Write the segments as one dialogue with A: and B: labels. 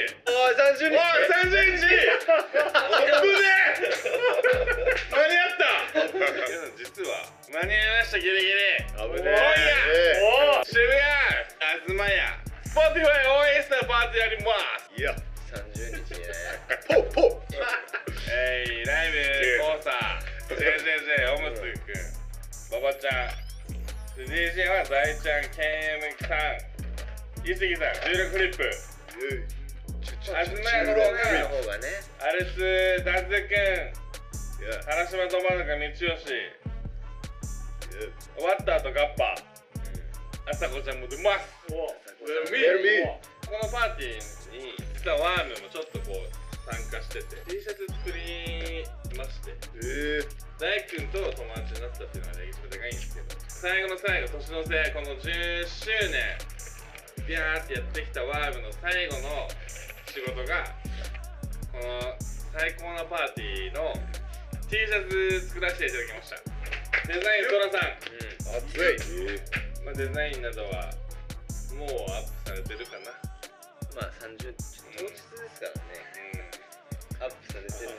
A: 三十日
B: おい三十日危ねえ間に合った実は間に合いましたギリギリ
A: 危ねえ
B: おいやお渋谷東屋 Spotify OS のパーティーやります
A: いや
C: 三十日ね。
A: ポッポッ
B: えー、ライブコーサー JJJ おむつくん馬場ちゃん DJ は大ちゃん KM さんゆすぎさん16クリップ
A: ちょちょ
B: あずまや
A: 16
B: の
A: クリ
B: 方
C: 前の
A: ッ
B: が
C: 方がね。
B: アルスダンズくん
A: プいや
B: 原島ど真ん中道義終わった後ガッパあさこちゃんも出ます
D: お
B: で
A: いや
B: 見る
A: いや
B: このパーティーに実はワームもちょっとこう参加してて T シャツ作りまして
A: えー
B: 大工君と友達になったっていうのが歴史でかいんですけど最後の最後年の瀬この10周年ビャーってやってきたワームの最後の仕事がこの最高なパーティーの T シャツ作らせていただきましたデザインそらさん
A: 熱い
B: まあ、デザインなどはもうアップされてるかな
C: うん。まあ三十日当日ですからね。
B: う
C: アップされてる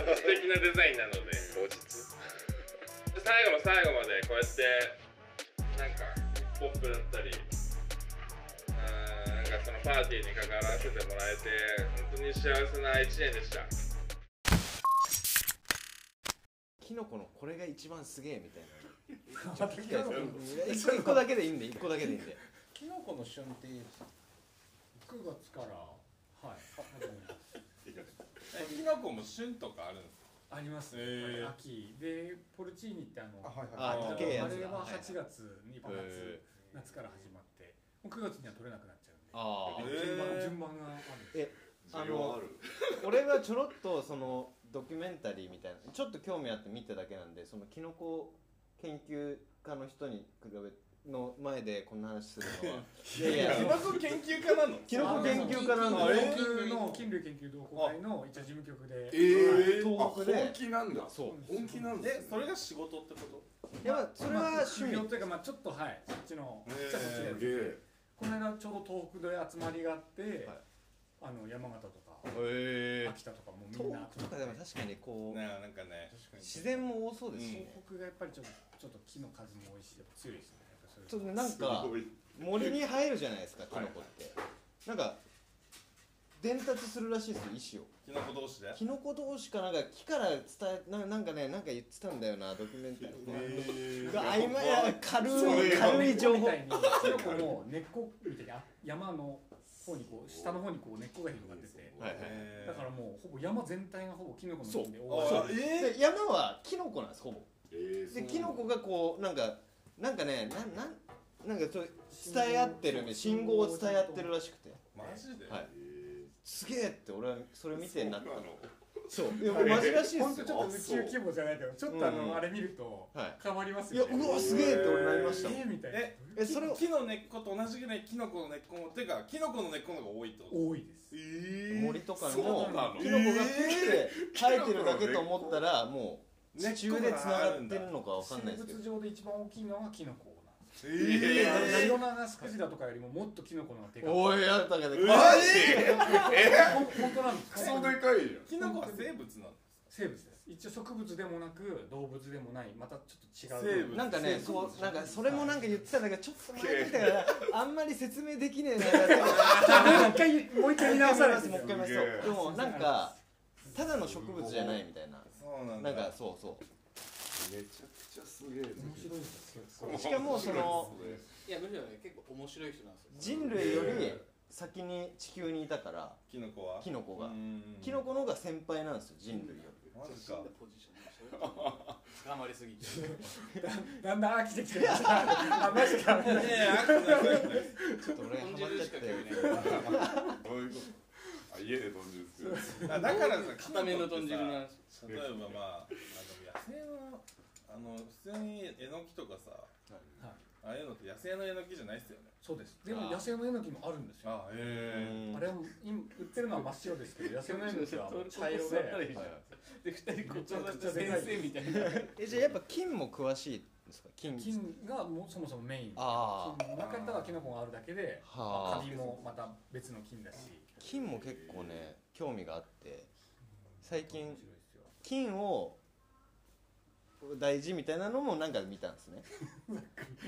C: のが。
B: んあの素敵なデザインなので
A: 当日
B: 最後の最後までこうやってなんかヒップホップだったりあーなんかそのパーティーに関わらせてもらえて本当に幸せな1年でした
E: キノコのこれが一番すげえみたいな。一個一個だけでいいんで、一個だけでいいんで。
F: キノコの旬って9月からはい始まります
B: きのこも旬とかあるんですか
F: ありますね、
B: へー
F: 秋でポルチーニってあのあ,、
E: あ、高えやつ
F: れ
E: だ。
F: は8月に夏、
E: へ
F: 夏から始まってもう9月には取れなくなっちゃうん
E: あ
F: で
E: あ。
F: 順番
B: へー
F: 順番がある
E: あの、俺はちょろっとそのドキュメンタリーみたいな、ちょっと興味あって見ただけなんで、そのキノコ研究家の人に比べの前でこんな話するのは。いやいや、
B: コ研究家なの
E: キノコ研究家な
F: の
E: の
F: 同
E: で、
F: 級の菌類研究同好会の一応事務局で、
E: えー
G: あ本気なんだ
E: そう。
G: 本気なんだ
B: えそれが仕事ってこと
E: やっぱそれは
F: まあ
E: 趣味
F: 副業というかまあちょっとはいそっちの
B: へー
F: そっちはそっち
G: す
F: で
G: げえ
F: この間ちょうど東北で集まりがあって、
E: はい
F: あの山形とか
E: へ
F: 秋田とかもみん
E: 東
F: な
E: 北とかでも確かにこう
B: ねなんかね
E: 自然も多そうですし
F: 東
E: ね。
F: 北がやっぱりちょっとちょっと木の数も多いしやっぱ強いですねやっぱそうい
E: ち
F: う
E: ょっとなんか森に入るじゃないですかキノコって。なんか伝達するらしいですよ石を。
B: キノコ同士で
E: キノコ同士かなんか木から伝えななんかねなんか言ってたんだよなドキュメンタリー。が曖昧や軽い軽い情
F: み
E: 報。
F: たいにキノコの根っこみたいにあ山の方にこう下の方にこう根っこが広がってて
E: はいはい
F: だからもうほぼ山全体がほぼキノコの
E: そう
F: 菌で覆わ
B: あ
F: れてる
B: え
E: で山はキノコなんですほぼ。
G: え
E: でキノコがこうなんかなんかねなんなんなんかそう伝え合ってるね信号を伝え合ってるらしくて。
B: マジで
E: はいすげえって俺はそれ見てなったの
G: の
E: そういやマジらしいで
F: 本
E: す
F: 当
E: よ
F: ちょっと宇宙規模じゃないけどちょっとあ
E: うん
F: のあれ見ると
E: はい
F: 変わります
E: いや
F: よね
E: うわすげえって俺なりましたもん
F: えーみたいな
B: え
E: えそれを
B: 木の根っこと同じぐらいキノコの根っこもてかキノコの根っこの方が多いってこと
F: 多いです
B: え
E: 森とかのキ
G: そう
E: ノ
G: な
E: コが
G: の
E: ピュって生えてるだけと思ったらもう地中でつながってるのかわかんないですけ
F: 生
E: ど
F: 物上で一番大きいのはキノコなんです
B: えー
F: よシロナガスクジラとかよりももっとキノコの方がでかい
E: おいやだけど
G: マ
F: ほん本当なんです
G: クソでかいじ
B: キノコは生物なの
F: 生物です一応植物でもなく動物でもないまたちょっと違
B: 生
F: う
B: 物
E: なんかねそうなんかそれもなんか言ってたんだけどちょっと前だからあんまり説明できねえな
F: もう一回もう一回見直されます
E: もう一回見直
G: すげえ
E: そうでもなんかただの植物じゃないみたいな
B: そうなん
E: な
B: だ
E: んかそうそ
G: ゃんめちゃくちゃすげえ
F: 面白いですよ
E: うしかもその
H: いや、むしろね、結構面白い人なんですよ。
E: 人類より先に地球にいたから
B: キノコは
E: キ
B: ノ
E: ノコがキ
B: キ
E: ノ
B: ノコ
E: コの方が先輩なんですよ人類より
B: マジ
H: 死
B: か
H: んだポジションでしょ。捕まりすぎて。
F: だんだん飽きてきてましたあマジ か
B: いやいや飽きてない飽きてない
E: ちょっと俺ハ
H: 豚
E: マっちゃっ
H: 汁しか食えな
E: て
H: い。
G: どういうことあ家で豚汁作る
B: あだからさ
H: 固めの豚汁なんですよ。
B: キノコってさ例えばまああの野生のあの普通にえのきとかさああいうのって野生のえのきじゃないっすよね
F: そうですでも野生のエノキもあるんですよ
B: あへ
F: あれは今売ってるのは真っ白ですけど野生のエノキは
H: 茶
F: 茶
H: 色
F: 色で
H: で。で、二人こっちゃして先生みたいな。
E: えじゃあやっぱ金も詳しいですか金
F: 菌がもうそもそもメイン
E: ああ
F: 菌の中にただキノコがあるだけで
E: はあ
F: カビもまた別の菌だし
E: 金も結構ね興味があって最近
F: 面白いですよ
E: 金を大事みたいなのもなんか見たんです ね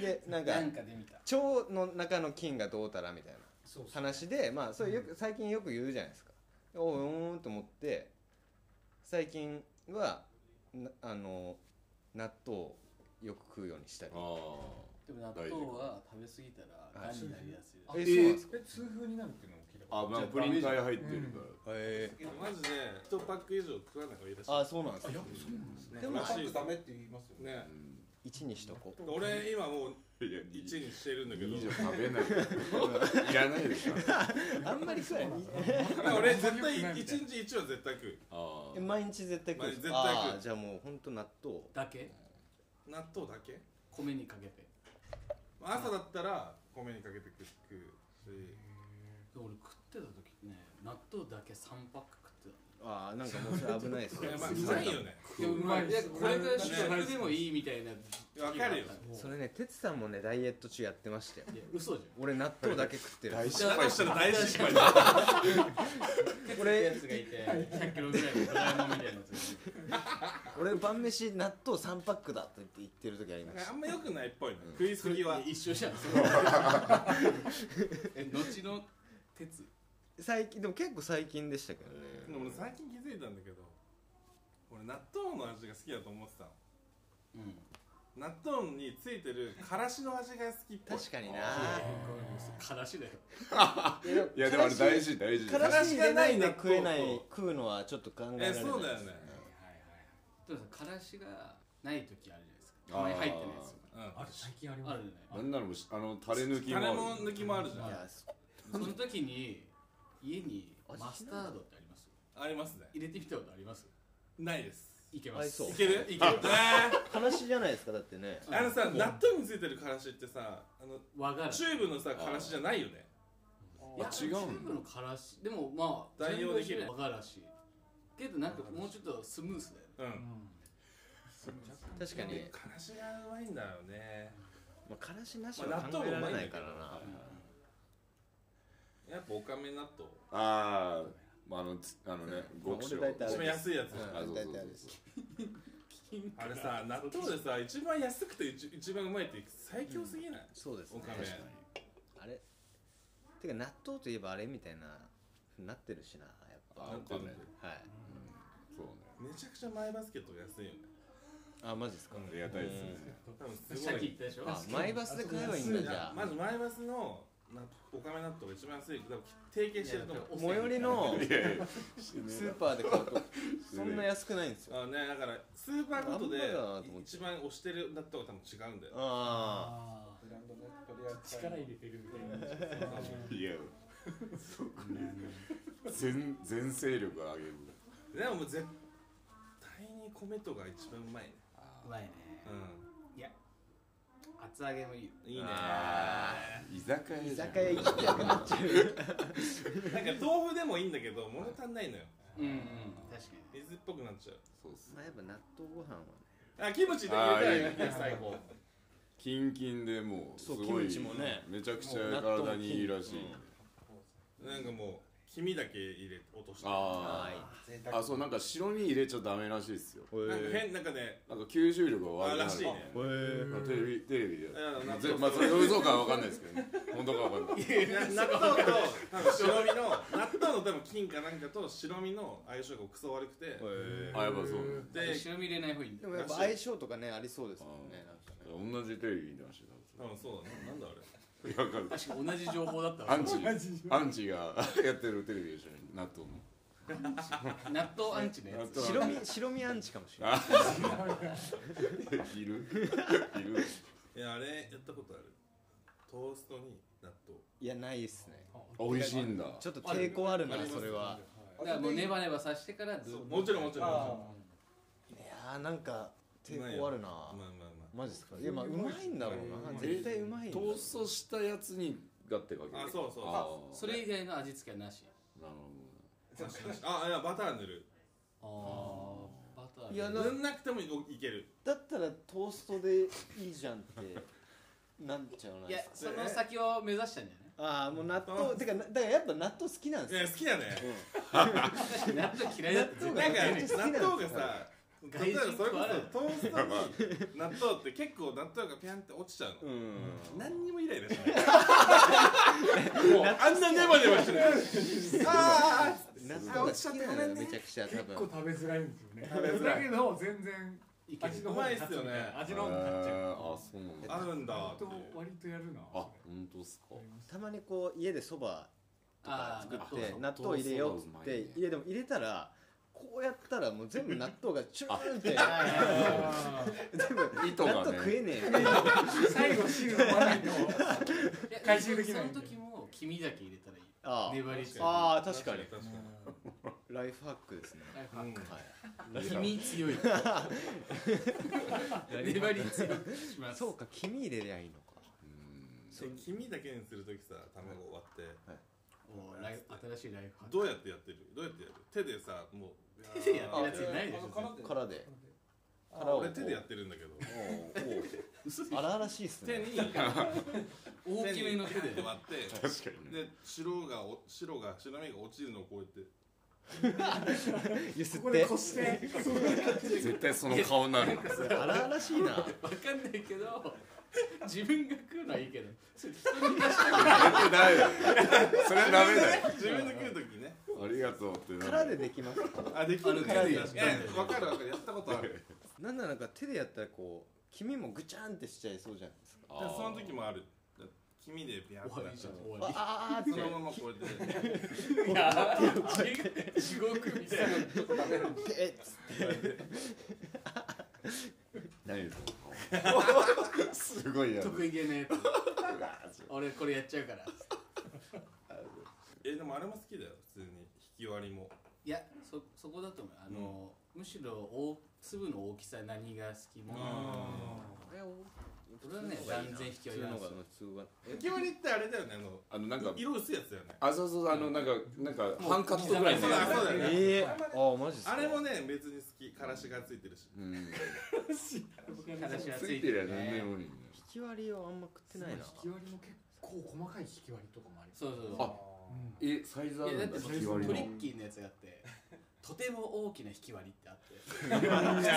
E: でなんか
H: なんかで見た
E: 腸の中の菌がどうたらみたいな
F: そうそう
E: 話でまあそれよく最近よく言うじゃないですかおうおーんと思って最近はなあの納豆をよく食うようにしたり
H: でも納豆は食べ過ぎたら癌になりやすい
E: え
F: え
E: そうなんです
F: え痛風になるっていうのも聞いたこと
G: あ、まあ、プリン体入ってるから。
E: え
D: いやマジで1パック以上食わない方がいいらしい
E: ー、あそうなんです
F: あ
E: ね
F: やっぱそうなんですね
E: でも
D: らしい
I: ダメって言いますよね
D: ね
E: 1にしとこう
D: 俺今もう
G: いや、いいじ
D: 1にしてるんだけど
G: ゃん、食べない。いらないでしょ。
E: あんまり食わない
D: 俺絶対1日1は絶対食う
G: あ
E: え毎日絶対食うんです
D: 毎日絶対食
E: か
D: う
E: あーじゃあもう本当納豆
H: だけ
D: 納豆だけ
H: 米にかけて
D: 朝だったら米にかけて食うし
H: 俺食ってた時ね納豆だけ3パック食って
E: ああなんかもうそれ危ないです
D: い
E: ね
D: やまあうまいよね
H: たでもうまい
F: です
H: これが主食でもいいみたいな
D: わかるよ
E: それね哲さんもねダイエット中やってましたよ
H: いや嘘じ
E: 俺納豆だけ食ってる
H: ゃん
D: だとしたら大失敗だ
H: これやつがいて100キロぐらいのドラえもんみたいなやつがいて
E: 俺晩飯納豆3パックだって言ってる時ありました
D: あんま良くないっぽいね食い過ぎは
H: 一緒じゃんえ後の鉄
E: 最近でも結構最近でしたけどね
D: でも俺最近気づいたんだけど俺納豆の味が好きだと思ってたの
H: うん
D: 納豆についてるからしの味が好きっぽい
E: 確かにな
H: からしだよ
G: いや、でもあれ大事、大事。
E: からしがないで食え
D: か
E: な
D: らしがない納豆
E: い食うのはちょっと考え
D: え
E: られない
D: そうだよね
H: でもさからしがない時あるじゃないですかたまに入ってないやつ
D: うん
F: ある最近あり
H: あ
F: ま
H: る
F: す
H: よ
F: ね
H: ね
G: なんならもう、あの、タレ抜きもあ
D: タ
G: る。
D: レも抜きもあるじゃ
E: い
D: ん
E: や
H: その時に家にマスタードってあります
D: ありますね
H: 入れてみたことあります
D: ないです
H: いけま
E: 合い
H: す
E: そう
D: いけるいけるね
E: からしじゃないですかだってね
D: あのさ納豆についてるからしってさあの
H: 和がらし
D: チューブのさからしじゃないよね
H: いや
G: 違うんだ
H: チューブのからしでもまあ
D: 代用できる
H: 全部和がらしけどなんかもうちょっとスムースだよね
D: うん
E: 確かに、
D: からしがうまいんだよね
E: まあ、からしなしは考えられないからな、
D: やっぱおかめ納豆
G: ああ、まあ、あの、つあのね、極小。
E: 俺大体あれ
D: 一番安いやつ
E: うん
G: あそうそう
E: 大体あれです
G: そ
D: あれさ納豆でさ一番安くて一一番うまいって最強すぎない
E: そうです
D: お
E: ね
D: かめ
E: あれてか納豆といえばあれみたいななってるしなやっぱ
G: あ
D: 納豆ね
E: はい
G: ね。
D: めちゃくちゃマイバスケット安いよね
E: あマジですか、
G: ありがたいですね。
D: 多分す
H: さっ
D: ご
H: き言っ
D: い
H: たでしょ
E: あマイバスで買えばいいんだじゃあ
D: まずマイバスのなおかめ納豆が一番安いけど提携してると思う
E: 最寄りの
G: いやいや、
E: スーパーで買うとそんな安くないんです よ
D: あねだからスーパーごとで
E: あんまだなと思って
D: 一番推してる納豆が多分違うんだよ
E: あ
F: あ
I: ブランドね取り
F: ー
I: 扱い
F: 力入れてるみたいない
G: や。全、全勢力上げる。
D: でももう絶対に米とが一番うまいね
H: うまいね
D: う
H: 厚揚げもいいよ
D: んいいね
G: 居酒屋
E: 居
G: じゃん。
E: 酒屋行きたくなっちゃう
D: なんか豆腐でもいいんだけど物足んないのよ
H: うんうん確かに
D: 水っぽくなっちゃう
G: そうっす
E: まあやっぱ納豆ご飯はね
D: あキムチで入れたらいいね最高
G: キンキンでもうす
E: そう
G: ごい
E: キムチもね
G: めちゃくちゃ体にいいらしい、
E: もう納
D: な
E: 豆も
D: んかもう黄身だけ入れ落として
G: あ
E: はい
I: 贅
G: ー
I: 沢
G: あそうなんか白身入れちゃダメらしいですよ
D: なんか変なんかね
G: なんか吸収力が
D: あ
G: 悪くな
D: ら
G: る
D: しいね
G: まあテレビテレビで
D: いやなんか
G: ぜまあそれ嘘かわかんないですけどね本当かわかんない
D: 納豆と多分白身の納豆の多分菌かなんかと白身の相性がクソ悪くて
G: あやっぱそうね
D: で
H: 白身入れない方がいいんだ
E: で
H: よ
E: もやっぱ相性とかねありそうですもんねなんかね
G: 同じテレビ見てました
D: 多
G: よ
D: 分そうだねなんだあれ
G: 多分いやわかる
H: 確かに同じ情報だった
G: ア
H: わ
G: ンチアンチがやってるテレビでしょ納豆の
H: 納豆アンチのや
G: 納
H: つ
G: 豆
E: 白身白身アンチかもしれない
G: いるい る
D: いやあれやったことあるトーストに納豆
E: いやないっすね
G: 美味しいんだ
E: ちょっと抵抗あるな
D: あります
E: それは
H: だからもうネバネバさしてからずっと
D: もちろんもちろんもちろん
I: あ
E: いやーなんか抵抗あるな
D: まあまあ
E: マジですかいやまあうまいんだろうな絶対うまいんだ
G: トーストしたやつにがってかけ
D: まああそうそう
G: あ
D: あ
G: ー
H: それ以外の味付けはなし
G: なるほど
D: あいやバター塗る
H: ああバタ
E: いやな
D: 塗んなくてもいける
E: だったらトーストでいいじゃんってなんちゃうない
H: やその先を目指したんじゃない
E: ああもう納豆てかなだからやっぱ納豆好きなん
D: いや
E: で
D: 好きだね
E: すよ、
H: 確かに納豆嫌いだって
E: 納
D: な
E: 豆
D: ん
E: が
D: か
E: めっちゃ好
D: 納豆がさ
E: きなんですよ
D: 例えばそれこ
H: 外人食わない
D: そトーストに納豆って結構納豆がピャンって落ちちゃうの
E: うん
D: 何にもイライラしないもうあんなネバネバしてないあー
E: 納
D: あー
E: 豆が
D: 落ちちゃ
E: 好
D: っ
E: き
D: た
E: な
D: ご
E: の
D: めん
E: よめ
D: ね
E: ちゃくちゃ多
F: 結構
E: 分
F: 食べづらいんですよね
D: 食べづらい
F: だけど全然
H: いける
F: 味の方に立つみた
D: うまいっすよね
F: な味の方に立っちゃう
G: あそうなんだ
D: あるんだ
F: 割
D: ってい
F: と
D: う
F: 割とやるな
G: あ本当っすか
E: たまにこう家でそばと
H: あ
E: か
H: ー
E: 作っ
G: 納
E: て
G: 豆
E: 納豆入れようっ
G: 納
E: て
G: 豆そばうまいね
E: 家でも入れたらこうやったらもう全部納豆がチューンって全部
G: 糸
E: 納
G: が
E: 豆食
G: ね
E: え ねえ
F: 最後汁飲まないと
H: いや
F: 回収できない
H: その時も黄身だけ入れたらいい
E: あ
H: 粘り強い
E: ああー確かに
D: 確かに
E: ライフハックですね
H: ライフハ
D: う
H: ッ
D: ん
H: ク
G: い
H: 黄身強 い粘り強くします
E: そうか黄身入れりゃいいのか
G: うん
D: そう黄身だけにするときさ卵割って
H: おーライフ新しいライフハック
D: どうやってやってるどうやってやる手でさもう
H: 手でやってるやつ
D: あ
H: いないでし
I: あの
H: ょ
E: 殻で
D: ー俺手でやってるんだけど
E: 荒々しいっす
D: 手
E: ね
D: に手
H: 大きめの手
D: に
H: で
D: 割って
G: 確かにね
D: で白がお白が白身が落ちるのをこうやって
E: ゆす
F: そ
E: っ
F: こで
E: て
F: こして
G: 絶対その顔になる
E: 荒々しいな
H: わかんないけど自分が食うのはいいけどそれ人に
G: 絶対ダメだよそれはダメだ よ
D: 自分で食うときね
G: ありがとうってなる
E: 殻でできます
D: あできる
H: あの手でや
D: 確
H: った
D: かにええわかるわかる やったことある
E: なんならなんか手でやったらこう黄身もぐちゃんってしちゃいそうじゃないですか
G: あ
D: で
G: ー
D: その時もある黄身でピャンっ
H: 終
D: て
H: わ
D: なっ
H: り
D: ち
H: じ
D: ゃ
H: ゃ
D: うん
H: 終わり
E: ああ
D: そのままこうやって
H: いや地獄みたいな
E: ってっつ
G: 何その 顔すごいやる
H: 得意げなやつ俺これやっちゃうから
D: えでもあれも好きだよ普通に引き割りも
H: いやそそこだと思うあの、むしろ大粒の大きさ何が好きも俺はね断然引き
E: 普
H: は
E: 通
H: や
E: の
H: ら
E: が
H: んすよ
E: 普通は
D: 引き割りってあれだよねあの
G: あのなんか
D: 色薄いやつだよね
G: あそうそうあのなんかなんかハンカチとぐらいの
D: そうだそうだよね
E: ええああマジっすか
D: あれもね別に好きからしがついてるし
G: うん
H: 話は
G: つ
H: つい
G: い
H: て
G: てりゃ
H: る
G: 何で
H: ね
G: もいいね
E: 引き割りをあんま食ってないな
F: 引き割りも結構細かい引き割りとかもあります
H: そうそう
G: あ
H: そ
F: うん
G: えサイズあ
H: ういやだ
G: る
H: っ
G: んだ
H: て
G: 引き割
H: ト
G: り
H: リ
G: の
H: ッキーなやつがあってとても大きな引き割りってあって
D: 普通の
H: 普通よりで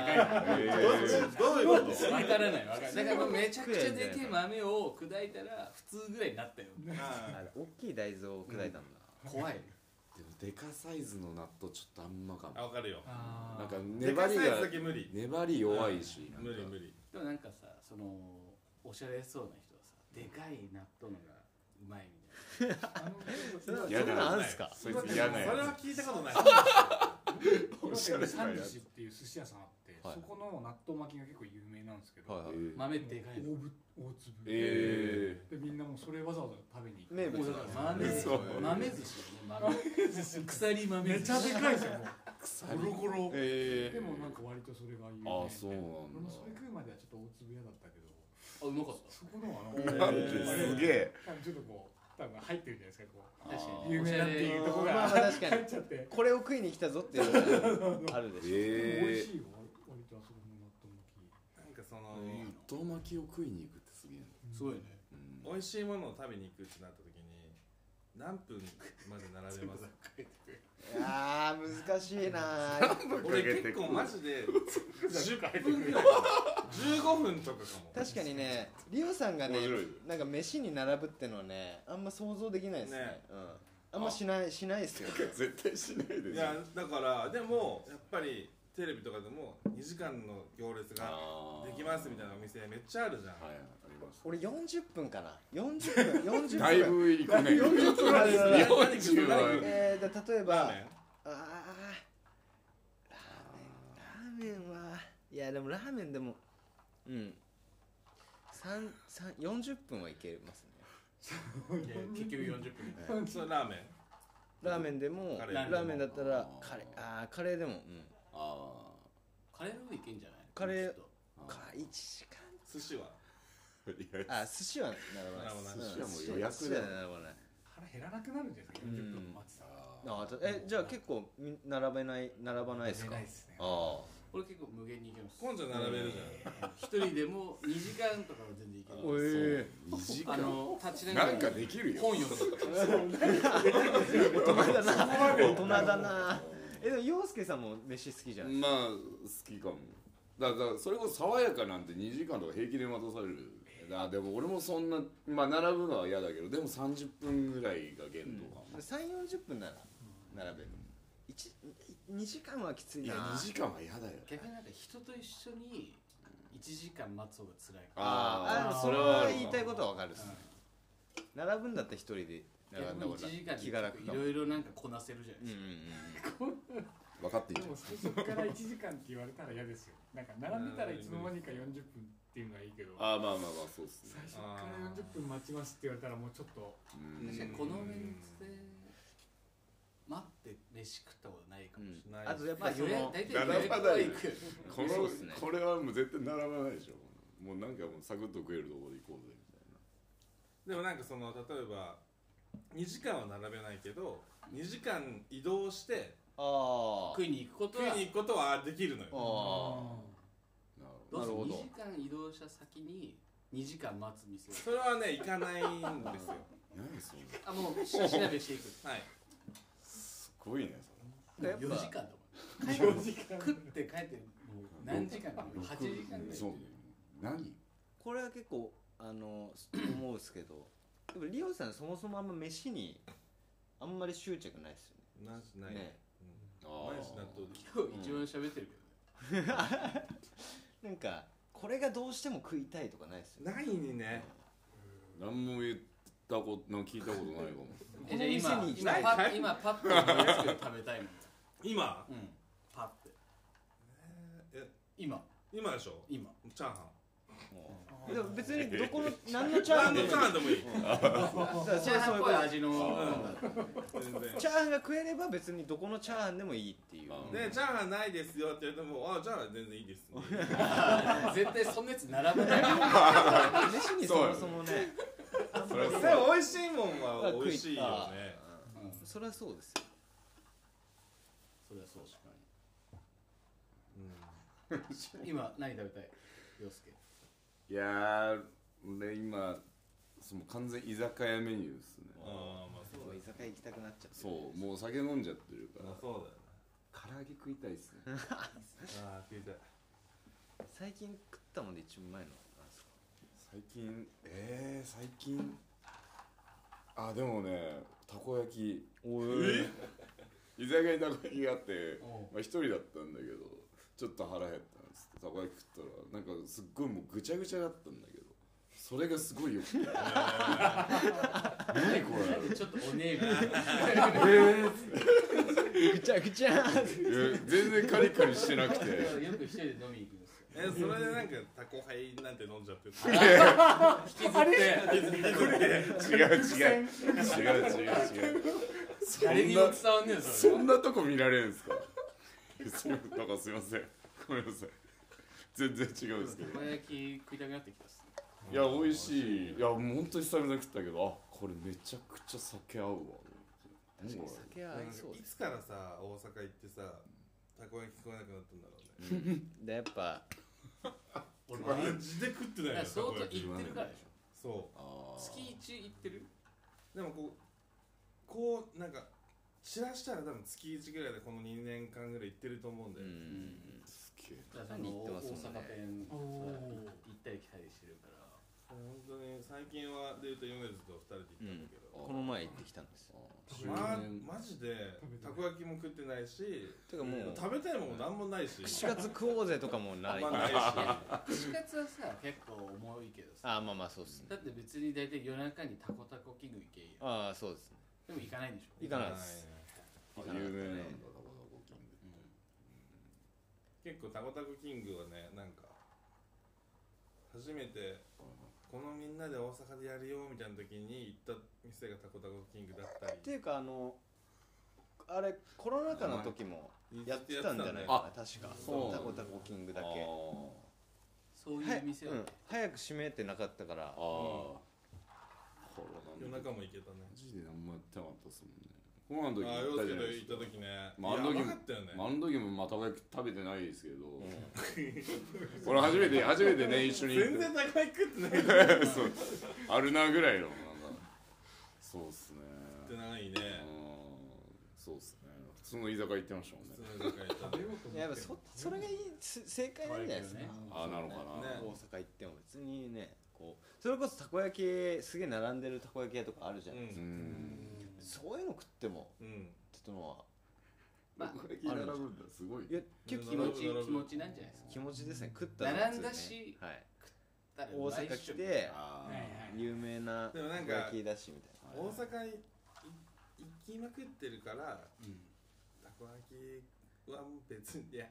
H: かいの
G: え
D: どっ
G: ー
D: ちどういうこ
H: わからないわからないだからめちゃくちゃでけえ豆を砕いたら普通ぐらいになったよ
D: とあ
E: あれ大きい大豆を砕いたんだ
H: 怖い
G: でもでかサイズの納豆ちょっとあんまかも
D: あ分かるよ
F: あー
G: なんか
D: でか
G: 粘
D: い
G: り
D: サイズ
G: が
D: だけ無理
G: 粘り弱いしなんか
D: 無理無理
H: でもなんかさそのおしゃれそうな人はさでかい納豆のがうまいみたい
F: あの
E: そん
G: 嫌
E: な
G: だ
E: のあんすか
G: そいつ嫌な
D: それ
G: や
D: は聞いたことない
F: 岩
G: しゃれ
F: 手
G: な
F: の
G: やつ
F: 三寿司っていう寿司屋さんあって、
E: はい
F: そこの納豆巻きが結構有名なんですけど、
E: はいはい
H: な豆でかいの
F: 大ぶ大粒、
G: え
F: でみんなもうそれわざわざ食べに行く
E: 名物
H: もうだから豆
G: そう
H: 豆寿司だね豆鎖豆
F: め
H: 寿
F: ちゃ
H: 司
F: でかいですよも
G: ー
F: うゴロゴロ、
G: え
F: でもなんか割とそれが有名で
G: あそうなんだ
F: 俺もそれ食うまではちょっと大粒嫌だったけ
H: あ
F: ど
H: うまかっ
F: そこのは
G: え
F: なん
G: ー
F: か
G: なんですげえ
F: 多分ちょっとこう多分入ってるじゃないですかこう
H: た確かに
F: 有名だっていうと
E: ま
F: こ
E: あ
F: が
E: まあ確かに
F: 入っちゃって
E: これを食いに来たぞっていうのがあるで しょ
F: でも美味
G: え
F: しいよ割とあそこの納豆巻き
D: なんかその、
G: ー納豆巻きを食いに行くってすげえな
H: すごいね
G: うん
D: 美味しいものを食べに行くってなった時に何分まで並べます
E: いやー難しいな
D: 俺結構マジで10分ぐらい15分とかかも
E: 確かにねリオさんがね
G: 面白いよ
E: なんか飯に並ぶってのはねあんま想像できないですね
D: ね
E: うんあんましないしない ですよね
G: 絶対しないで
D: い
G: しょ
D: やだからでもやっぱりテレビとかでも2時間の行列が
G: あー
D: できますみたいなお店めっちゃあるじゃん、
G: はいはいあります
E: 俺40分かな40分40分
G: だいぶいくね
E: 40分までだな
G: 40は
E: えー、で例えば
D: ラーメン
E: あーラーメンラーメンはいやでもラーメンでもうん三三40分はいけますね
H: いや結局40分
D: それラーメン
E: ラーメンでも
D: カレー
E: ラーメンだったら
G: あー
E: カレーあーカレーでもうん
G: あ
H: カレーの方いけんじゃない
E: カレ
H: ちょ
E: ー
H: っと
G: ー
E: か1時間
D: 寿司は
G: ーいや
E: あ寿司は並ばない
D: 並ばない
E: うん
G: 寿司はもう予約だ
E: 寿司は並ばない
F: 腹減らなくなるんじゃないですか40分待ってたら
G: あ
E: あーえじゃあ結構み並べない並ばないですか
H: ないですね
E: あ
H: これ結構無限にいけます
D: 根性並べるじゃん
H: 一人でも2時間とかは全然いけ
E: あ
H: る
E: え
G: 2時
H: あ
G: 間
H: の立ちなが
G: な
H: ら
G: んかできるよ
H: 本読むとか
E: え大人だな大人だなえでも洋介さんも飯好きじゃない
G: まあ好きかもだからそれこそ爽やかなんて2時間とか平気で待たされるあでも俺もそんなまあ並ぶのは嫌だけどでも30分ぐらいが限度かも、
E: 3四4 0分なら並べる一2時間はきつい
G: い
E: な
G: や2時間は嫌だよ
H: 逆になんか人と一緒に1時間待つ方が辛いか
E: あーあでもそれ
G: あ
E: は
G: る
E: 言いたいことはわかるっす
H: うん
E: 並ぶんだったら一人で並
H: ら
E: んだ方
H: 1時間
E: が気が楽
H: で
E: か
H: い
E: も
H: ろいろなんかこなせるじゃない
E: うん
H: で
E: う
H: す
E: ん
H: か、
G: 分かってい
F: で
G: いじゃ
F: も
G: ん
F: そそこから1時間って言われたら嫌ですよなんか並んでたらいつの間にか40分っていうのはいいけど
G: あーまあまあまあそうっすね
F: 最初から40分待ちますって言われたらもうちょっと
G: うん
H: 確かにこのメンツで待って飯食ったことないかもしれない、
E: うんあとやっ
H: まあ
E: ぱりそ
H: 予約
E: の
H: 大体
G: 並ば
H: 予約は
G: ない
H: 行く
G: この
E: そうっすね
G: これはもう絶対並ばないでしょもうなんかもうサクッと食えるところで行こうぜみたい
D: でも
G: な
D: なんかその例えば2時間は並べないけど2時間移動して
E: あ
H: 食いに行くこと
D: 食い
H: は
D: に行くことはできるのよ
E: あ
G: なる
H: ど
G: ほ
H: うする
E: な
H: 2
E: るほど
H: 時間移動した先に2時間待つ店
D: それはね行かないんですよ
G: ど何それ
H: あもう調べしていく
D: はい
G: すごいね
E: やっぱ
H: 4時間だもん4時間食って帰ってもう何時間か
G: それ
H: 8時間ぐらい
G: そう何
E: これは結構あの思うんすけどでもリオさんそもそもあんま飯にあんまり執着ないっすよ
D: なんしない、
E: ねね
D: うん
G: あー
D: 毎日納豆で
H: 今日一番喋ってるけどね
E: なんかこれがどうしても食いたいとかないっすよね
D: ないにね
G: 何も言ったこと何聞いたことないかも
E: この
H: え
E: 店
H: じゃあ
E: に行き
H: 今
E: た
H: 今
E: い
H: パッ今パッと思いつくの食べ たいもん
D: 今
H: うんパッて
D: え
H: 今
D: 今でしょ
H: 今
D: チャーハン
E: もうでも別にどこの何のチャーハ
D: 何
E: ンで
D: の
E: もいい
D: チャーハンでもいい
E: だから
H: チャー
E: それ
H: ハンっ
E: そういう
H: ぽ
E: こ
H: い
E: と
H: 味の
D: 全然
E: チャーハンが食えれば別にどこのチャーハンでもいいっていう
G: あ
D: でチャーハンないですよって言われてもあじゃあ全然いいです、
H: 絶対そんなやつ並ばない
E: 飯にそもそもね
G: それ は
D: でも美味しいもんは美味しいよね
H: うん
E: そりゃそうですよ
H: それはそう確かに今何食べたい洋介
G: いやー俺今その完全居酒屋メニューですね
D: ああまあそう
E: 居酒屋行きたくなっちゃって
G: そうもう酒飲んじゃってるか
D: だま
G: ら
D: あそうだよね
G: 唐揚げ食いたいっすね
D: ああ食いたい
E: 最近食ったもんで一番うまいのなんですか
G: 最近えー、最近あでもねたこ焼き
E: お
G: 居酒屋にたこ焼きがあって
H: おう
G: まあ、一人だったんだけどちょっと腹減ったんですってたこ焼き食ったらなんかすっごいもうぐちゃぐちゃだったんだけどそれがすごいよく て何これ
H: ちょっとおねえみたいな
E: ぐちゃぐちゃ
G: いや全然カリカリしてなくて
H: よく一人で飲みに行くんですよ
D: えそれでなんかタコハイなんて飲んじゃって
H: 引きずって
G: 違う違う違う違う違う
H: 誰にも伝わんねえよそれ
G: そんなとこ見られるんですかすいませんなんかすいませんごめんなさい全然違うんですけど
H: たこ焼き食いたくなってきたっすね
G: いや美味しいいやもう本当に久々に食ったけどあこれめちゃくちゃ酒合うわ何これ
E: 酒は合いそう
D: いつからさ大阪行ってさたこ焼き聞こえなくなったんだろうね
E: でやっぱ
H: 俺も
D: マジで食ってないよた
H: 相当
D: こ
H: 行っ
D: 焼
H: て
D: き
H: るからでし
D: そ
G: あ
H: ょ
G: ー
H: 月一行ってる
D: うでもこうこうなんか散らしたら多分月1ぐらいでこの2年間ぐらい行ってると思うんだ
E: う
D: よ、
E: ん
G: すげえ
H: 大
E: 何行ってますもんね
H: 阪店
F: おー
H: 行ったり来たりしてるから
D: 本当に最近はで言うと米津と2人で行ったんだけど、
E: この前行ってきたんですよ
D: ま
G: 10年
D: マジでたこ焼きも食ってないして
E: かもう
D: 食べたいもんなんもない し
E: 串カツ食おうぜとかもない
D: まあないし
H: 串カツはさ結構重いけどさ
E: あまあまあそうっすね
H: だって別に大体夜中にタコタコキング行けんや
E: ああそうですね
H: でも行かないんでしょ
E: 行かないです
G: 有名なんだタバコキング
D: 結構タコタコキングはねなんか初めてこのみんなで大阪でやるよみたいな時に行った店がタコタコキングだった
E: って
D: り
E: いうかあのあれコロナ禍の時もやってたんじゃない
D: あ
E: かな確か
G: そう
E: タコタコキングだけ
G: あ
H: そう
E: は
H: いう
E: い
H: 店は
E: うん早く閉めてなかったから
G: ーあーこれなん
D: 夜
G: だ
D: 中も行けたね
G: マジで何もやってなかったっすもんねご飯の
D: あ
G: 時も
D: あ
G: 行
D: 洋
G: ったじ
D: 介と行
G: ゃないですか
D: った時ね
G: まああの時も
D: いや甘かったよね
G: まああの時もまあたこ焼き食べてないですけど、 俺初めて初めてね一緒に
D: 全
G: 行っ
D: 然高い食ってない食
G: てそうあるなぐらいのなんかそうっすね
D: って ないね
G: うんそうっすね普通の居酒屋行ってましたもんね
D: 普通の居酒屋行ったね
E: いややっぱそそれがいいす正解なんじゃないですか、
H: 可愛い
G: ああなのかな、
D: ね
E: 大阪行っても別にねこうそれこそたこ焼きすげえ並んでるたこ焼き屋とかあるじゃ
D: う
E: ない、ん、
G: うんん
E: そういうの食っても
D: うん
E: ちょっとのは
G: まあ、これ並ぶんだすごい
E: いや結構
H: 気
E: 気持
H: 持
E: ち
H: ちいい気持ちなんじゃないですか
E: 気持ちですね食ったのは
H: 並んだ
E: 普通に
H: し
E: はい、
H: 大
E: 大阪来て
G: あ
H: はい
G: ー
H: はい
E: 有名な
D: で
E: たこ
D: もなんか
E: 焼きだしみたいな
D: 大阪に行きまくってるから
H: うん
D: たこ焼きは別にいや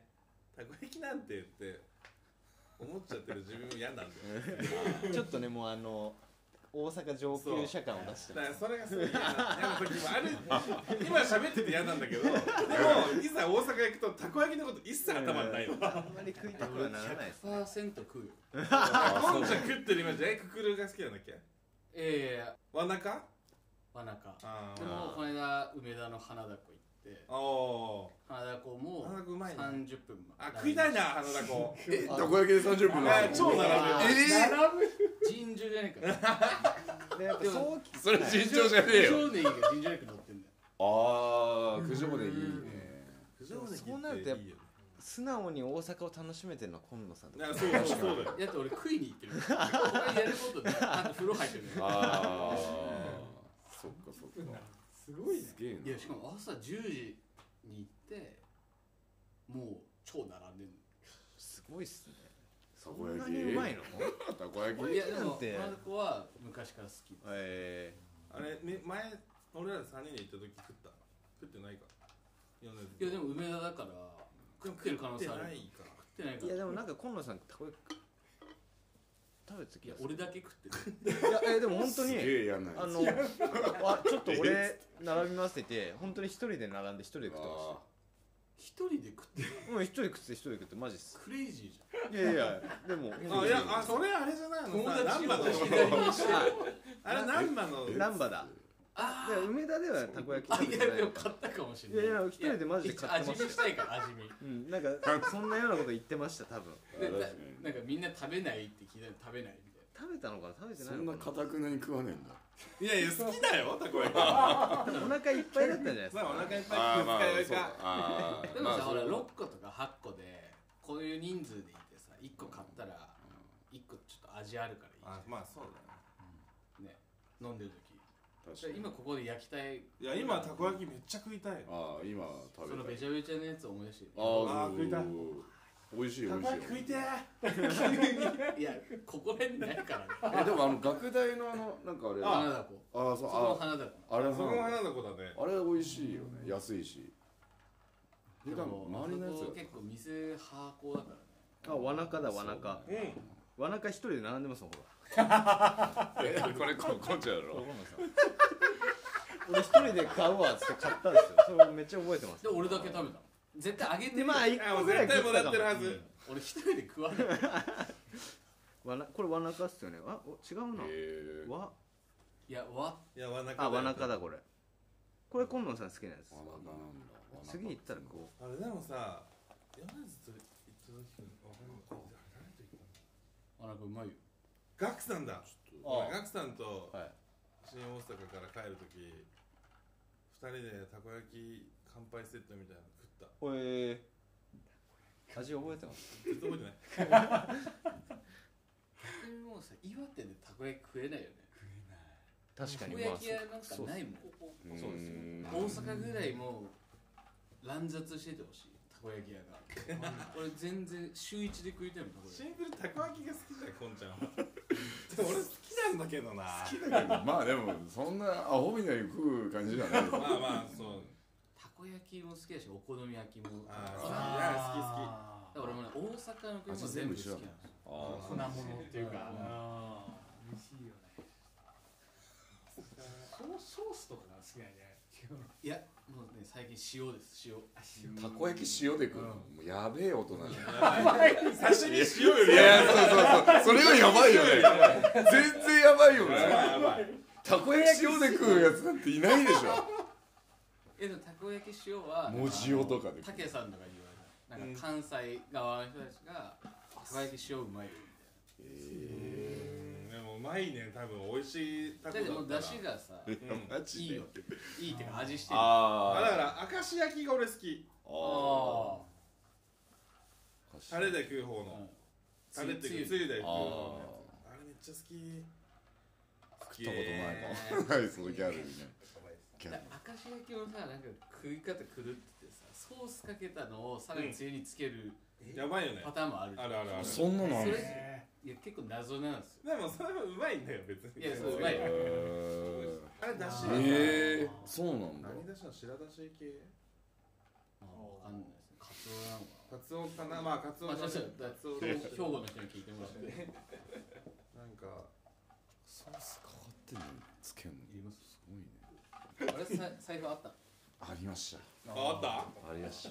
D: たこ焼きなんてって思っちゃってる自分も嫌な んだよ
E: ちょっとねもうあの大阪上級者感を出して
D: だ
E: ま
D: から
E: す
D: それがすごい嫌ななんか時もある今喋ってて嫌なんだけ どでもいざ大阪行くとたこ焼きのこと一切頭 にないの
E: あんまり食いたくはならないですね
H: 100%食うよ
D: もんじゃ食ってるイメージえククルが好きなんだっけ
H: ええ
D: わなか
H: わなか
D: あ
H: でもこの間梅田の花だこ行って
D: あお
H: 花だこも
D: 花だこうまいね
H: 30分ま
D: あ食いたいな花だこ
G: えたこ焼きで30分
D: あ
G: なの
D: 超並ぶ
G: え
H: 尋常じゃねえか
E: でやっぱ
H: でも
E: そう
G: ー、それ慎重じゃねえよ
H: 尋常でいいけど尋常なく乗ってんだよ
G: ああ九条でいいね
E: そうなるとやっぱ素直に大阪を楽しめてるのは今野さんとか
D: ぱそうそうそうだよ
H: だって俺食いに行ってるからお前やることであと風呂入ってるんだよ
G: ああそっかそっか
F: すごいね
G: すげえない
H: やしかも朝10時に行ってもう超並んでる
E: すごいっすね
G: た
E: こ
G: こ
E: ん
G: 焼
E: な
G: き
E: にうまいの
G: たこ焼き
H: のいやで
E: な
H: も
E: んて
H: 花だこは昔から好きです
E: え
D: あれ、ね、前俺ら三人で行った時食った食ってないかいや
H: いやでも梅田だから食ってる可能性ある
D: 食って
H: 食ってな
D: ないか
H: いから
E: ーいや
H: い
E: でもなんか今野さんたこ焼き食べてた気
H: や
E: がす
H: 俺
E: る
H: だけ食ってる
E: いやえーでも本当
G: す
E: に
G: げえ嫌な
E: あ
G: やつ
E: のあちょっと俺並びますって言って本当に一人で並んで一人で食ってまし
G: あ
H: 一人で食ってる
E: たうん一人食って一人食ってマジっす
H: クレイジーじ
E: いやいやでも
D: あいやあそれあれじゃないの
H: 友
D: さ
H: 達
D: 難波の
H: 友達
D: あれ難波の
E: ランバだ
H: ゃんあ
E: で梅田ではたこ焼き
H: あい
E: 食べ
H: や
E: てない
H: で
E: の
H: も
E: か
H: 買ったかもし
E: い
H: れな
E: や
H: い
E: いや一人でマジで買っ
H: 味
E: てま
H: 見
E: し
H: したたいから味見
E: うんなんかそんなようなこと言ってました多分
G: ー
H: で
G: 確
H: な
G: か
H: なんかみんな食べないって聞いたら食べないみたい
E: 食べたのかな食べ
G: に
E: てない
G: そん
E: の
G: な
E: か
G: か
E: な
G: たくなに食わねえんだ
D: いやいや好きだよたこ焼き
E: お腹いっぱいだったんじゃないです
D: さ
E: か
D: あお腹いっ
G: あ
D: ぱ
G: あまあ
D: い食う
G: そうだ
D: か
G: あ
H: な
G: ー
H: でも
G: ま
H: さ
G: あ
H: ほら
G: そう
H: 6個とか8個でこういう人数でいてさ1個買ったら1個ちょっと味あるからいいじゃ
D: あまあそうだね
H: んね飲んでる
G: 確か
H: 時
G: に
H: 今ここで焼きたい
D: いや今たこ焼きめっちゃ食いたいよ
G: ああ今
H: その
G: 食べ
H: べ
G: た
H: ちゃべちゃのやつを思い出して
G: あー
D: あー食いたい
G: 美味しい美
D: た
G: 味
D: こ
G: しい
D: 焼き食いてー
H: いやここら辺にないからね
G: えでもあの学大のあのなんかあれ
H: 花だこ
G: ああそ
H: そうこの
G: あ
H: 花だこ
G: あれ
D: そこも花の子だね
G: あれ美味しいよね安いし
H: で
G: 普段
H: も
G: 周りのや
H: そこ
G: つ
H: 結構店ハーコーだからね
E: あわなかだわなか
D: うん
E: わなか一人で並んでますもんほ
G: がこれここっちゃうや
E: ら
G: ろ
E: 俺一人で買うわっつって買ったんですよそれめっちゃ覚えてます
H: で俺だけ食べたの絶対あげて
E: でまあ一
D: あも
E: 個
D: う
E: ぐらい
D: 絶対
E: 食
D: も
E: った
D: ら
E: か
D: ってるは
E: も
D: ず
H: 俺一人で食わない
E: わなこれわなかっすよねあお違うな、
G: えー
E: わ
H: いやわ
D: いやわなか
E: あわなか
D: だよ
E: だこれこれ今野さん好きなやつ
G: わなかなんだわなか
E: 次行ったらこ
D: あれでもさ山津と行った時にあれもあれ誰と行った
H: あ
D: の
H: なんかうまいよ
D: ガクさんだ
E: ああ
D: ガクさんと
E: はい
D: 新大阪から帰る時二人でたこ焼き乾杯セットみたいなの食った
E: うえー、味覚えてます
D: ずっと覚えてない
H: 逆にもうさ岩手でたこ焼き食えないよね
E: 確かに
H: たこ
E: まあ
H: 焼き屋なんかないもん
G: うーん
E: そうですよ
H: 大阪ぐらいもう乱雑しててほしいたこ焼き屋が俺全然週一で食いたいもんたこ
D: シ
H: 焼
D: ンプルたこ焼きが好きだよ、こんちゃんは。 でも俺好きなんだけどな。
G: まあでもそんなアホみたいに食う感じじゃない
D: まあまあ、そう。
H: きたこ焼きも好きだしお好み焼きもだか
D: あ
H: ら俺もね大阪の食い物
G: 味
H: 全
G: 全
H: 部好
G: 部
H: き
G: 一緒
H: な
G: だ
H: の
G: もん
F: 粉
G: あ
F: 物っていうか
H: うん
F: 美味しいよねソーソースとかが好きなんじゃない
H: いやもうね最近塩です塩
G: ーたこ焼き塩で食うのもうやべえ大人じゃん
D: 好き好き。刺身しようよ
G: い
D: り
G: やそうそうそうそれはやばいよ ね全然やばいよね
D: やばいやばい。
G: たこ焼き塩で食うやつなんていないでしょ
H: えでもたこ焼き塩は
G: 藻塩とかで
H: たけさんとかに言われたなんか関西側の人たちがたこ焼き塩うまい
D: でもうまいね多分美味しいタ
H: だっ
D: コ
H: てもう
D: だ
H: 出
D: ったら
H: 汁がさ
D: うん
G: マ
H: い
G: ジ
H: い
G: で
H: よいいってか味してる
G: あ
D: あ
G: ー
D: だから明石焼きが俺好き
G: あー
D: タレで食う方
H: あ
D: の
H: つ
D: タレっていうかつ
H: つゆ
D: ゆで食う方のや
G: あ
D: つあれめっちゃ好き
G: 食ったことないなそのギャルにねギャル
H: だ明石焼きもさなんか食い方狂っててさソースかけたのをさらにつゆにつける
D: やばいよね
H: パターンもあるじゃ
D: あ
H: ん
D: るあるある
G: そんなのあ
H: そ
G: る
H: れいや結構謎なんですよ
D: でもそれもうまいんだよ別に
H: いやそううまいよ
G: へ
D: あれだし
G: ーえー、そうなんだ
D: 何だしの白だし系
H: わかんないですねカツオなのかな
D: カツオ
H: まあ、
D: かなまあカツオだ
H: ちょっ
D: し
H: と
D: カツオだ
H: 兵
D: し
H: 庫の人に聞いてもらって。い
D: なんか
G: ソース変わってんのにつけんの
H: ります。
G: すごいね
H: あれ、さ財布あった。
G: ありました
D: ああった
G: ありました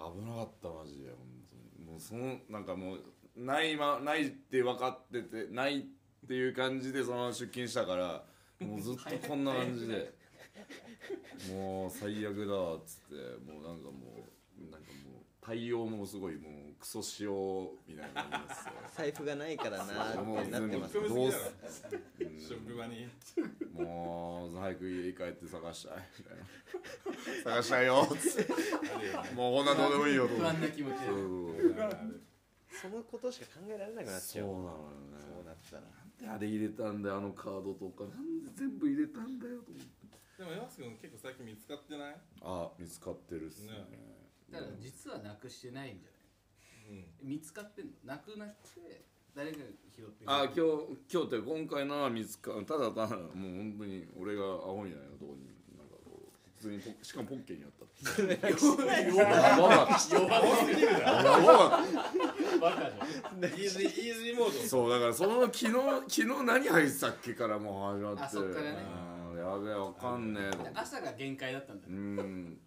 G: 危なかったマジで本当にもうそのなんかもうない,、ま、ないって分かっててないっていう感じでそのまま出勤したからもうずっとこんな感じでもう最悪だっつってもうなんかもうなんかもう対応もすごいもうクソ塩みたいな感じですよ
E: 財布がないからな
G: も
E: ーってなってます
G: うどうすうん
D: 職場に
G: もう早く家に帰って探したいみたいな探したいよっつってもうこんなどうでもいい よと
H: 不
G: 思って
H: 安な気持ち
G: そう
H: で。
G: そう
E: そのことしか考えられなくなっち
G: そ
E: ゃ
G: う
E: う
G: なの
E: そ
G: よ
E: うなったら
G: ねなんであれ入れたんだよあのカードとかなんで全部入れたんだよと思って
D: でも山瀬君結構最近見つかってない
G: あ見つかってるっすね
D: ね
H: ただ、実はなくしてないんじゃない。見つかってんの。なくなって、誰が拾ってくれた
G: あ今日今日って今回のは見つかただただもう本当に俺がアホみたいなとこになんかこう普通にポッしかもポッケにあ ったってやばかったやばかった
H: バカじゃん。
D: イージーイージーモー
G: そうだからその昨日昨日 何入ってたっけからもう始まって
H: あそっからね
G: うんやべえわかんねえと思って
H: で朝が限界だったんだ
G: う。ん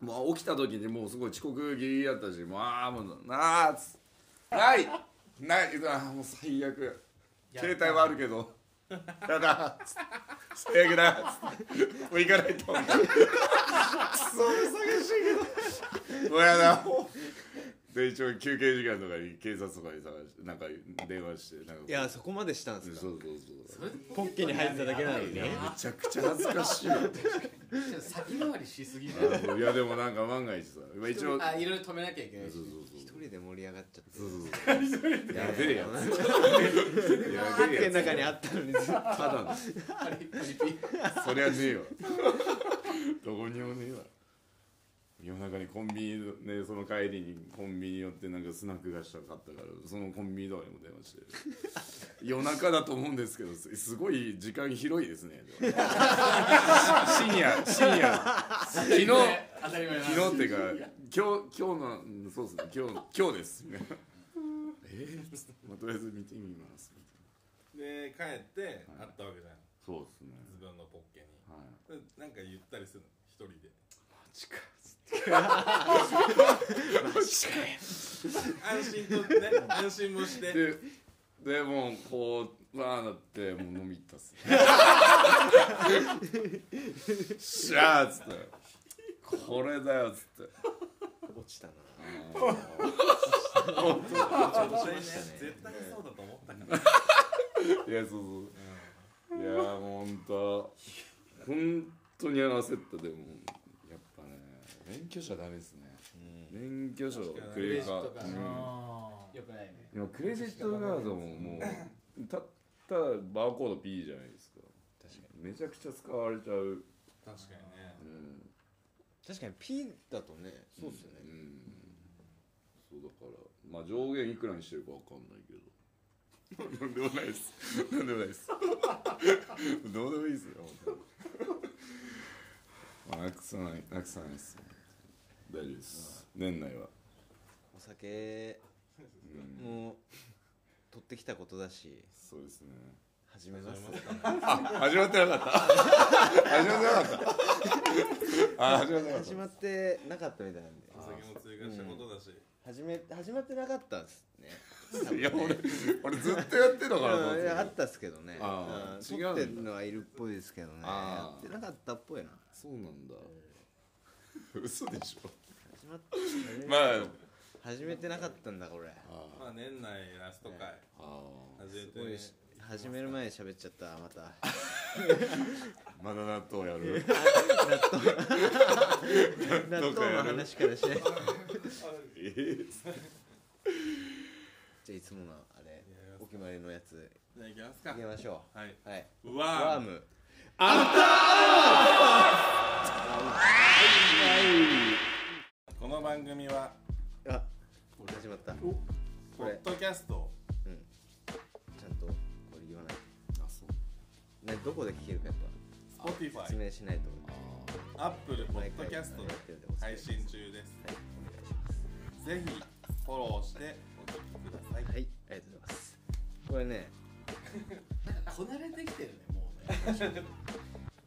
G: もう起きた時にもうすごい遅刻ギリギリだったしもうああもうなあつないないああもう最悪携帯はあるけどやだつって最悪だつってもう行かないとくそ寂しいけどもうやだで一応休憩時間とかに警察とかに探してなんか電話してなんか
E: いやそこまでしたん
G: そう
E: です
G: そ
E: か
G: うそ
H: そ
G: う
H: れで
E: ポッケに入ってただけなのに
G: めちゃくちゃ恥ずかしいわ
H: ちょっと先回りしすぎだよ。
G: いやでもなんか万が一さまあ一応
H: あ、いろいろ止めなきゃいけないし
G: そう。そうそう
E: 一人で盛り上がっちゃって
G: やべえやつや
E: ポッ
G: べ
E: ケ
G: え
E: の
G: や
E: 中にあったのにずっと
G: つただの
H: パリパリピ
G: そりゃねえわどこにもねえわ夜中にコンビニでその帰りにコンビニ寄ってなんかスナック菓子とか買ったからそのコンビニとかにも電話して夜中だと思うんですけどすすごい時間広いですね深夜深夜昨日
H: 当たり前だ。
G: 昨日っていうか今日今日のうんそうですね今日今日ですみたいなえー、まあ、とりあえず見てみます
D: ドで帰ってあったわけじゃん
G: そうですね
D: 自分のポッケに
G: はい
D: でなんか言ったりするの一人で
G: マジ か
D: 安心とね安心もして
G: ででもうこうまあなってもう飲み行ったっすねしゃーっつってこれだよっつって
E: 落ちたな
D: 絶対そうだと思ったから
G: いやそうそういやーもうほんと本当に焦ったでもやっぱね免許証ダメですね免許証クレカ
H: 確かに
G: うん
H: よくないね。
G: いやクレジットカードももうたったバーコード P じゃないですか確かにめちゃくちゃ使われちゃう、
D: 確かにね
G: うん、
E: 確かに P だとねそうっすよ
G: う
E: ね
G: んそうだからまあ上限いくらにしてるかわかんないけどなんでもないですなんでもない ですどうでもいいですよ本当にまあなくさないなくさないです大丈夫です年内は
E: お酒
G: うん
E: もう取ってきたことだし
G: そうですね
E: 始めます
G: 始まってなかった始まってなかったあ始まってな
E: 始まってな
G: かっ
E: かったみたいなんで
D: お酒も追加したことだし
E: 始め始まってなかったんですね
G: いや俺俺ずっとやってたからと思っ
E: うん
G: て
E: い
G: た
E: やあったっすけどね
G: あ
E: うん
G: ー
E: 撮ってるのはいるっぽいですけどねや
G: あ
E: っ
G: ー
E: てなかったっぽいな
G: そうなんだ嘘でしょ
E: 始まっ
G: まあ
E: 始めてなかったんだこれ
G: あ
D: まあ年内ラスト回
G: あー
D: 始め
E: すごい
D: て
E: し始める前に喋っちゃったまた
G: まだ納豆やる
E: 納豆の話か らして
G: え
E: じゃあいつものあれお決まりのやつ
D: じゃあいきます
E: い
D: か
E: きましょ
D: はいう
E: はいワ
D: ワ
E: ー
D: ーム
E: ム
D: この番組は
E: あ始まったちゃんとこ
D: ポ
E: れ
D: ッドキャストを
E: これ言わないねどこで聞けるかやっぱ説
D: Spotify
E: 明しないと
D: Apple ポッドキャストで配信中ですぜひフォローしてお聞きください
E: はいありがとうございますこれね
H: こなれてきてるねもうね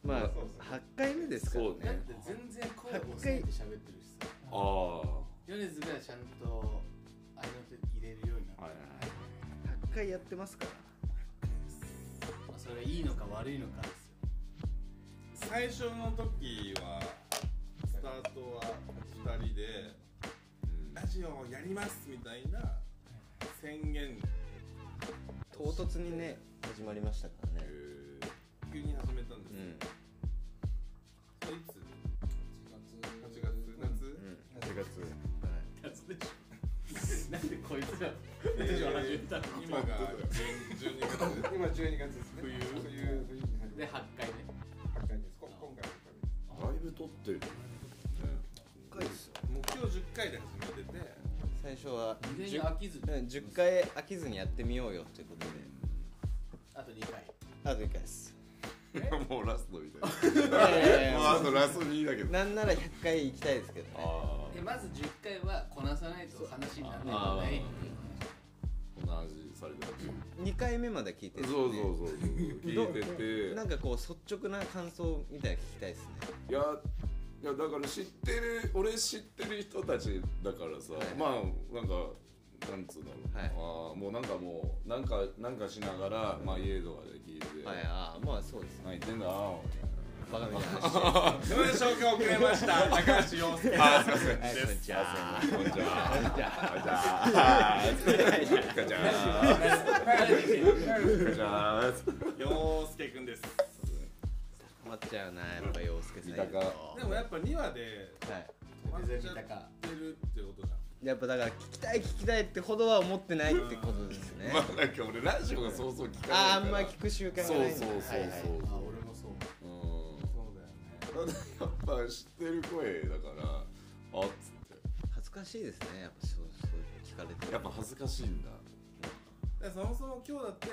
E: まあ
D: そうそう
E: 8回目ですから
G: そう
H: だっ
E: ね
H: て全然声を抑えて喋ってるしさ
G: ああは
H: 米津がちゃんとあれの人入れるようになっ
G: い
H: た、
G: はい
E: 8回やってますから
H: まあ、それいいのか悪いのかですよ
D: 最初の時はスタートは2人で
G: うん
D: ラジオをやりますみたいな宣言
E: 唐突にね始まりましたからね
G: え
D: 急に始めたんです
E: う
D: よ、
E: ん
D: それいつ8月夏、
E: うん
G: 8月
H: 夏でしょなんでこいつが
D: え
H: ラジオ
D: ー
H: 始めたの
D: 今が12月
I: 今十二月ですね。冬冬冬に始め
H: で8回ね
I: たばっかりです。こ今回
G: ライブ撮ってる
D: 目標10回で始めてて
E: 最初は
H: 意外に
E: 10,
H: 飽きず
E: うん10回飽きずにやってみようよっていうことで
H: あと2回
E: あと1回です
G: もうラストみたい
E: いやいやい
G: な
E: や
G: もうあとラスト2だけど
E: なんなら100回行きたいですけどね
G: あ
H: でまず10回はこなさないと話になら
G: あ
H: ない
G: あ同じされた
E: 2回目まで聞いてるんで
G: そうそうそうそう聞いてて
E: なんかこう率直な感想みたいなの聞きたいですね
G: いやいやだから知ってる俺知ってる人たちだからさ、
E: はい
G: まあなんかなんつうんだろう、あーもうなんかもうなんかなんかしながら、まあ家とかで聞いて、
E: はいああまあそうですね
G: 何言ってんだあ
E: バカみたいな話は
D: すいません消去遅れました高橋洋介
G: あすいません
E: いこんにちは
G: こんにちはこんにちはこんにちはこんにちはこんにちは
D: 洋介くんです
E: 困っちゃうなやっぱ洋介さんいる
G: 三
E: と
G: 鷹
E: は
D: でもやっぱ2話で
E: い
D: 止まっちゃ
H: 水
D: って
H: 見たか
D: るってことだ
E: やっぱだから聞きたい聞きたいってほどは思ってないってことですね
G: まあなんか俺ラジオがそうそう聞かないから
E: ああんま聞く習慣が
G: そう
E: ないんだ
G: そうそうそう、
E: はいはい
H: あ俺もそう
G: うん
D: そうだよね
G: ただやっぱ知ってる声だからあっつって
E: 恥ずかしいですねやっぱそうそう聞かれて
G: やっぱ恥ずかしいんだ
D: でそもそも今日だって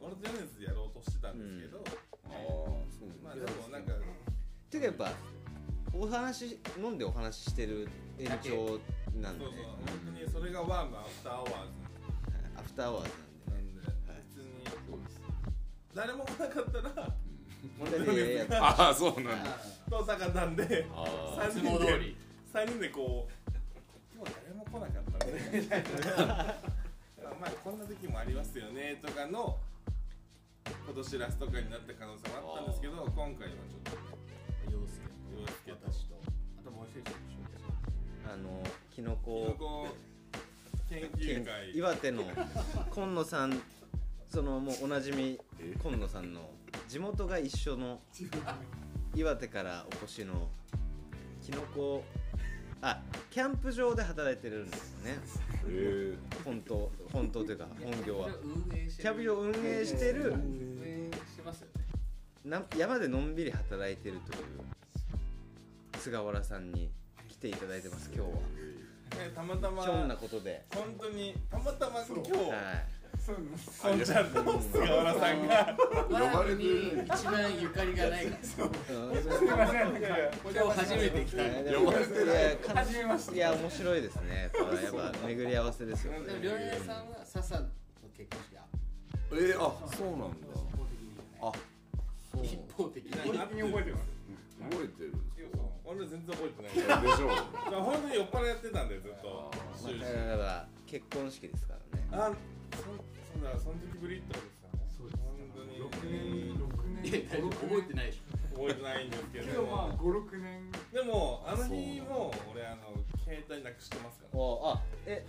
D: 俺と米津でやろうとしてたんですけど、
G: ああそう
D: ま
G: な
D: あ
G: ん
D: で
G: だ
D: もなんか
E: ていうかやっぱお話飲んでお話ししてる延長な
D: そうんそ
E: で
D: う
E: ね
D: 本当にそれがワームアフターアワー
E: アフターアワーズ
D: ズ
E: な
D: なんんで別に
G: そうです
D: 誰も来なかったら
E: でこれでやった
G: ああそうなんだ
D: 遠坂さんで
G: ああ
D: 3
H: いつ
D: 人
H: も通
D: で
H: り
D: 三人でこう今日誰も来なかったねみたい なまあこんな時もありますよねとかの今年ラスト回になった可能性もあったんですけど今回はちょっとね
H: 洋介
D: 洋介と
H: 私とあともう一人でしょ
E: あのキノ
D: キノ
E: コ
D: コ研究会
E: 岩手の今野さんそのもうおなじみ今野さんの地元が一緒の岩手からお越しのキノコあキャンプ場で働いてるんですよね
G: え
E: 本当本当というか本業は
H: 運営して
E: キャンプ場を運営してる
H: 運営してますよね
E: な山でのんびり働いてるという菅原さんに来ていただいてます今日
D: ねたまたま
E: はひょんなことで
D: 本当にたまたま今日
E: はい
D: こんちゃんと菅原さんが
H: 我が国に一番ゆかりがないから
E: うん
H: 今日初めて来た
E: いやで
G: 呼
E: も
G: ばれてない
E: いやかいや面白いですねこれはやっぱ巡り合わせですよ
H: でも、りょうやさんは笹の結婚式は
G: えー、あそうなんだあそう
H: 一方的に
D: 何に覚えてます
G: 覚えてるんで
D: 俺全然覚えてない
G: すかでしょう
D: 本当に酔っ払いやってたんだよずっと
E: まあだから結婚式ですからね
D: あそそうだその時ぶりってことですよね本当
F: 6
D: に
F: 年6
H: いや
F: 年
H: 大丈夫覚えてないでしょ
D: 覚えてないんですけ
F: け
D: ど
F: どまあ56年
D: でもあの日も俺あの携帯なくしてますから
E: おあえ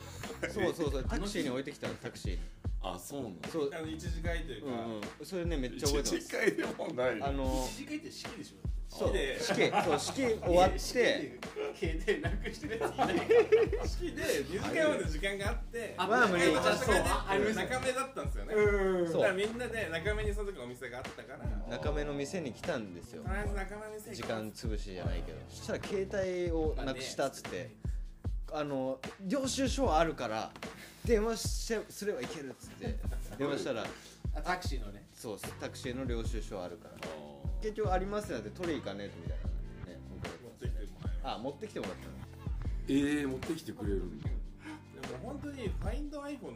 E: そうそうそうタクシーに置いてきたのタクシーに
G: あそうなの
E: そう
D: あの一時会という
E: う
D: か、
E: んうんそれねめっちゃ覚えて
G: 一
E: ます
G: 回でもない
E: あの
H: 一時間って式でしょ
E: そう
D: で
E: 式そう式終わっ
H: 式
E: て
H: で携帯なくしてるやついない
D: 式で二時間まで時間があって
H: あ
E: まあ無理
D: あ
H: そうあありました
D: 中目だったんですよね
F: うん
E: そう
D: だからみんなで中目にその時お店があったから
E: 中目の店に来たんですよ
D: とりあえず中目の店
E: 時間潰しじゃないけどそしたら携帯をなくしたっつってあの領収書はあるから電話しすればいけるっつって電話したら
H: あタクシーのね
E: そうっすタクシーの領収書はあるから結局ありますなんて取り行かねえとみたいなね
D: 持ってきてもらえま
E: あ持ってきてもらったの
G: えー、持ってきてくれるんだ
D: すでも本当に FindIPhone の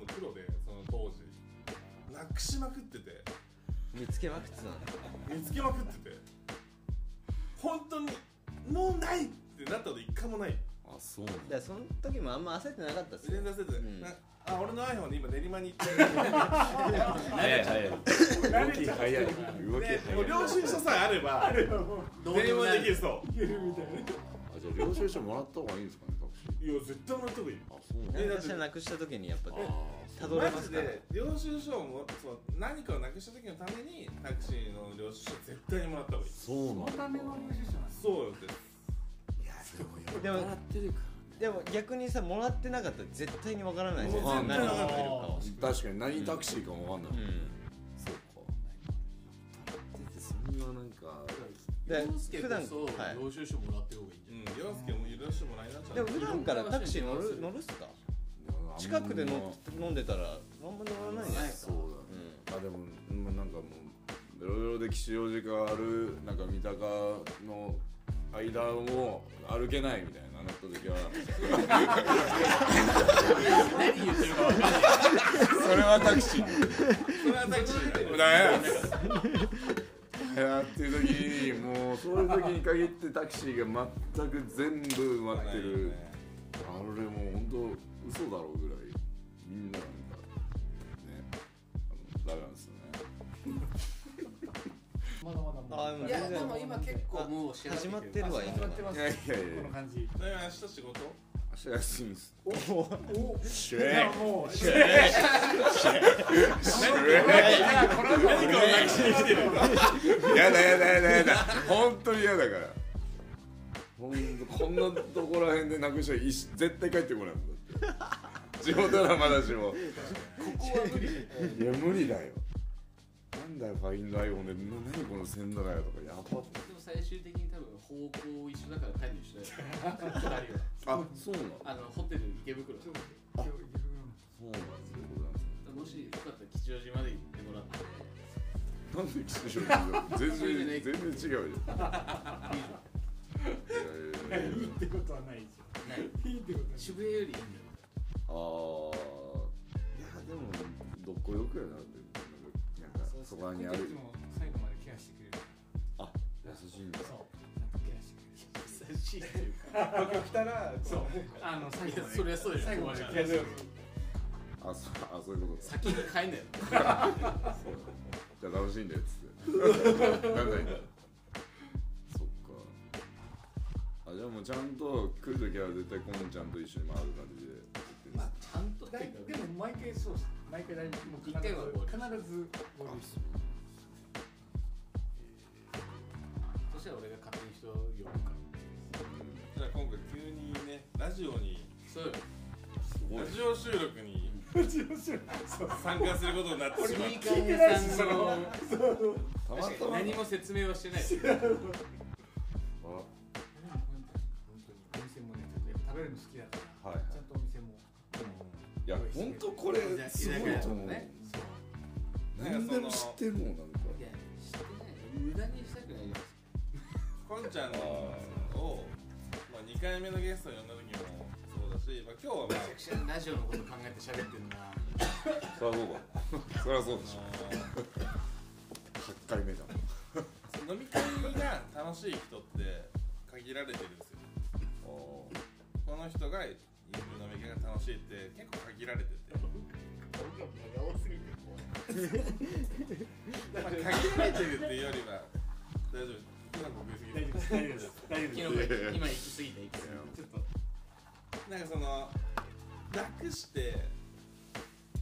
D: プロでその当時なくしまくってて
E: 見つけまくってたの
D: 見つけまくってて本当にもうないってなったこと一回もない
G: あそうなんだ
E: でその時もあんま焦ってなかったっすよ
D: 全然焦ってない、
E: うん
D: なあ俺の iPhone で今練馬に行って
G: 早い早い動き早い
D: る
G: 動き
D: でも
G: 早
D: う
G: い
D: 領収書さえあれば電話できるそう
G: あじゃあ領収書もらった方がいいんですかねタクシー
D: いや絶対もらった方がいい
G: あそうなんだ
D: えだって
E: 私はなくした時にやっぱ
G: あー
E: たどれ
D: マ
E: ま
D: ジ
E: すから
D: で領収書をもそう何かをなくした時のためにタクシーの領収書絶対にもらった方がいい
G: そうなん
F: この
G: だ
F: ための領収書なんです
D: そうよって
E: でもでも逆にさもらってなかったら絶対にわからないじゃん
G: わかんない
E: 何が起きてるかは
G: 確かに何タクシーかもわかんない、
E: うん
G: そうかそんななんか
E: で
H: 洋介
E: 普段
H: こそ
E: はい
H: 領収書もらってる方がいいんじ
D: うん洋介も領収書もらいなっちゃう
E: でも普段からタクシー乗る乗るっすか近くで乗飲んでたらあんま乗らないんじゃないです
G: そ
E: か
G: うだね、あでもうんなんかもうベロベロで吉祥寺からあるなんか三鷹の間を歩けないみたいななった時は
H: ゃない何言ってるか分かんない
G: それは タクシー
D: それはタクシーだよ
G: だよやっていう時にもうそういう時に限ってタクシーが全く全部埋まってる、あれもう本当嘘だろうぐらいみんななんかねあのだからですよね
F: まだまだまだ
E: あでも
H: いやでも今結構もう幸せ
E: 始まってるわ
F: 始まって
E: 今
F: ます
G: いやいやいや
F: この感じ
D: だから明日仕事
G: 明日休みです
F: お
G: シ
F: いやもう
G: やだやだやだやだ本当に嫌だからほんとこんなとこら辺でなくしたら一生絶対帰ってこないもんだって地元なまだしもここは無理いや無理だよなんだよファインド iPhone でな何この線だよとかやばっ
H: でも最終的に多分方向一緒だから帰る一緒だよ 二人は
G: あそうなの
H: あのホテル池袋
G: そうなんですよございます
H: もしよかったら吉祥寺まで行ってもらって
G: なんで吉祥寺だよ全然全然違うじゃんいやいやいやい
F: いい
G: や
F: ってことはないですよいいってことはない
H: 渋谷よりいいんだよ
G: あーいやでもどっこよくやなってなんかなんかそばにあ
F: い
G: る
F: つも最後までケアしてくれる
G: 優しいんだ
F: そうちゃんとケアしてくれる
H: 優しいっていうか
I: 来たら
F: そうあの最
H: い
F: 後
H: や
F: まで
H: そりゃそうでしょ
F: 最後まで
H: ここ
F: ケアしてくれる
G: あそあそういうことか
H: 先に帰んなよ
G: そうじゃあ楽しんでっつってなんだいそっかあじゃあもうちゃんと来るときは絶対コンちゃんと一緒に回る感じで行ってん
F: まあ
H: ちゃんとって
F: だ
H: い
F: いうで
H: か
F: も毎回そうです毎回大丈夫
H: 一回は合
F: 必ず合流して
H: そしたら俺が勝手に人を呼ぶから
D: じゃあ今回急にねラジオに
H: そうよ
D: ラジオ収録に参加することになってしま
H: ス
D: って
H: ニーカー
F: し
H: さんの
G: たまたま
H: 何も説明はしてない
G: あ
F: でも本当に本当にお店もねちょっとやっぱ食べるの好きだから
G: はいはい
F: ちゃんとお店も
G: いやほんとこれすごいと思う
H: ね
G: 何でも知ってるもんなんか
H: いやしてない無駄にしたくないよ
D: こんちゃんのを、まあ、2回目のゲストに呼んだ時もそうだし、まあ、今日はまあ
H: めちゃくちゃラジオのこと考えて喋ってんな
G: そりゃそうかそりゃそうでし
D: あ
G: ょ8回目だもん
D: の飲み会が楽しい人って限られてるんですよこの人がいる飲み会が楽しいって結構限られてて
A: の子が多すぎて怖い
D: まあ限られてるっていうよりは大丈夫ですきなこ食いすぎて
I: 大丈夫です大丈夫です
H: キノコ今行き過ぎた行き過ぎたちょっと
D: なんかその楽して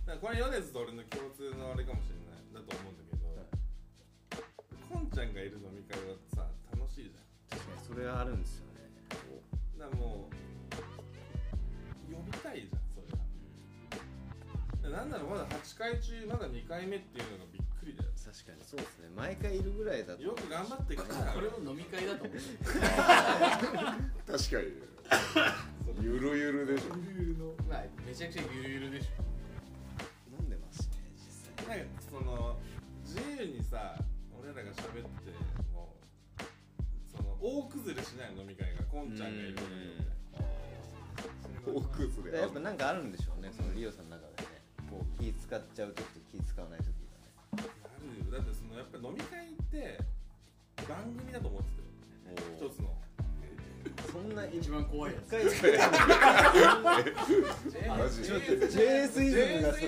D: なんかこれ米津と俺の共通のあれかもしれないだと思うんだけど、こんちゃんがいる飲み会はさ楽しいじゃん
E: 確かにそれはあるんですよね
D: だからもう呼びたいじゃんそれは、なんならまだ8回中まだ2回目っていうのがびっくりだよ
E: 確かにそうですね毎回いるぐらいだと
D: よく頑張ってきたな
H: これも飲み会だと思う
G: 確かに ゆるゆるでしょ
H: まあめちゃくちゃゆるゆるでしょ
E: 飲んでますね実際
D: なんかその自由にさ俺らが喋ってもその大崩れしない飲み会がこんちゃんがいるのに
G: 大崩
E: で
G: れ
E: やっぱなんかあるんでしょうねそのリオさんの中でねこう気使っちゃう時と気使わない時がね
D: なるよだってそのやっぱ飲み会って番組だと思ってたよ一つの
E: そんな
H: 一番怖いや
E: 一
H: つ
E: 回
G: マジで
E: JS イズムがそれ
G: い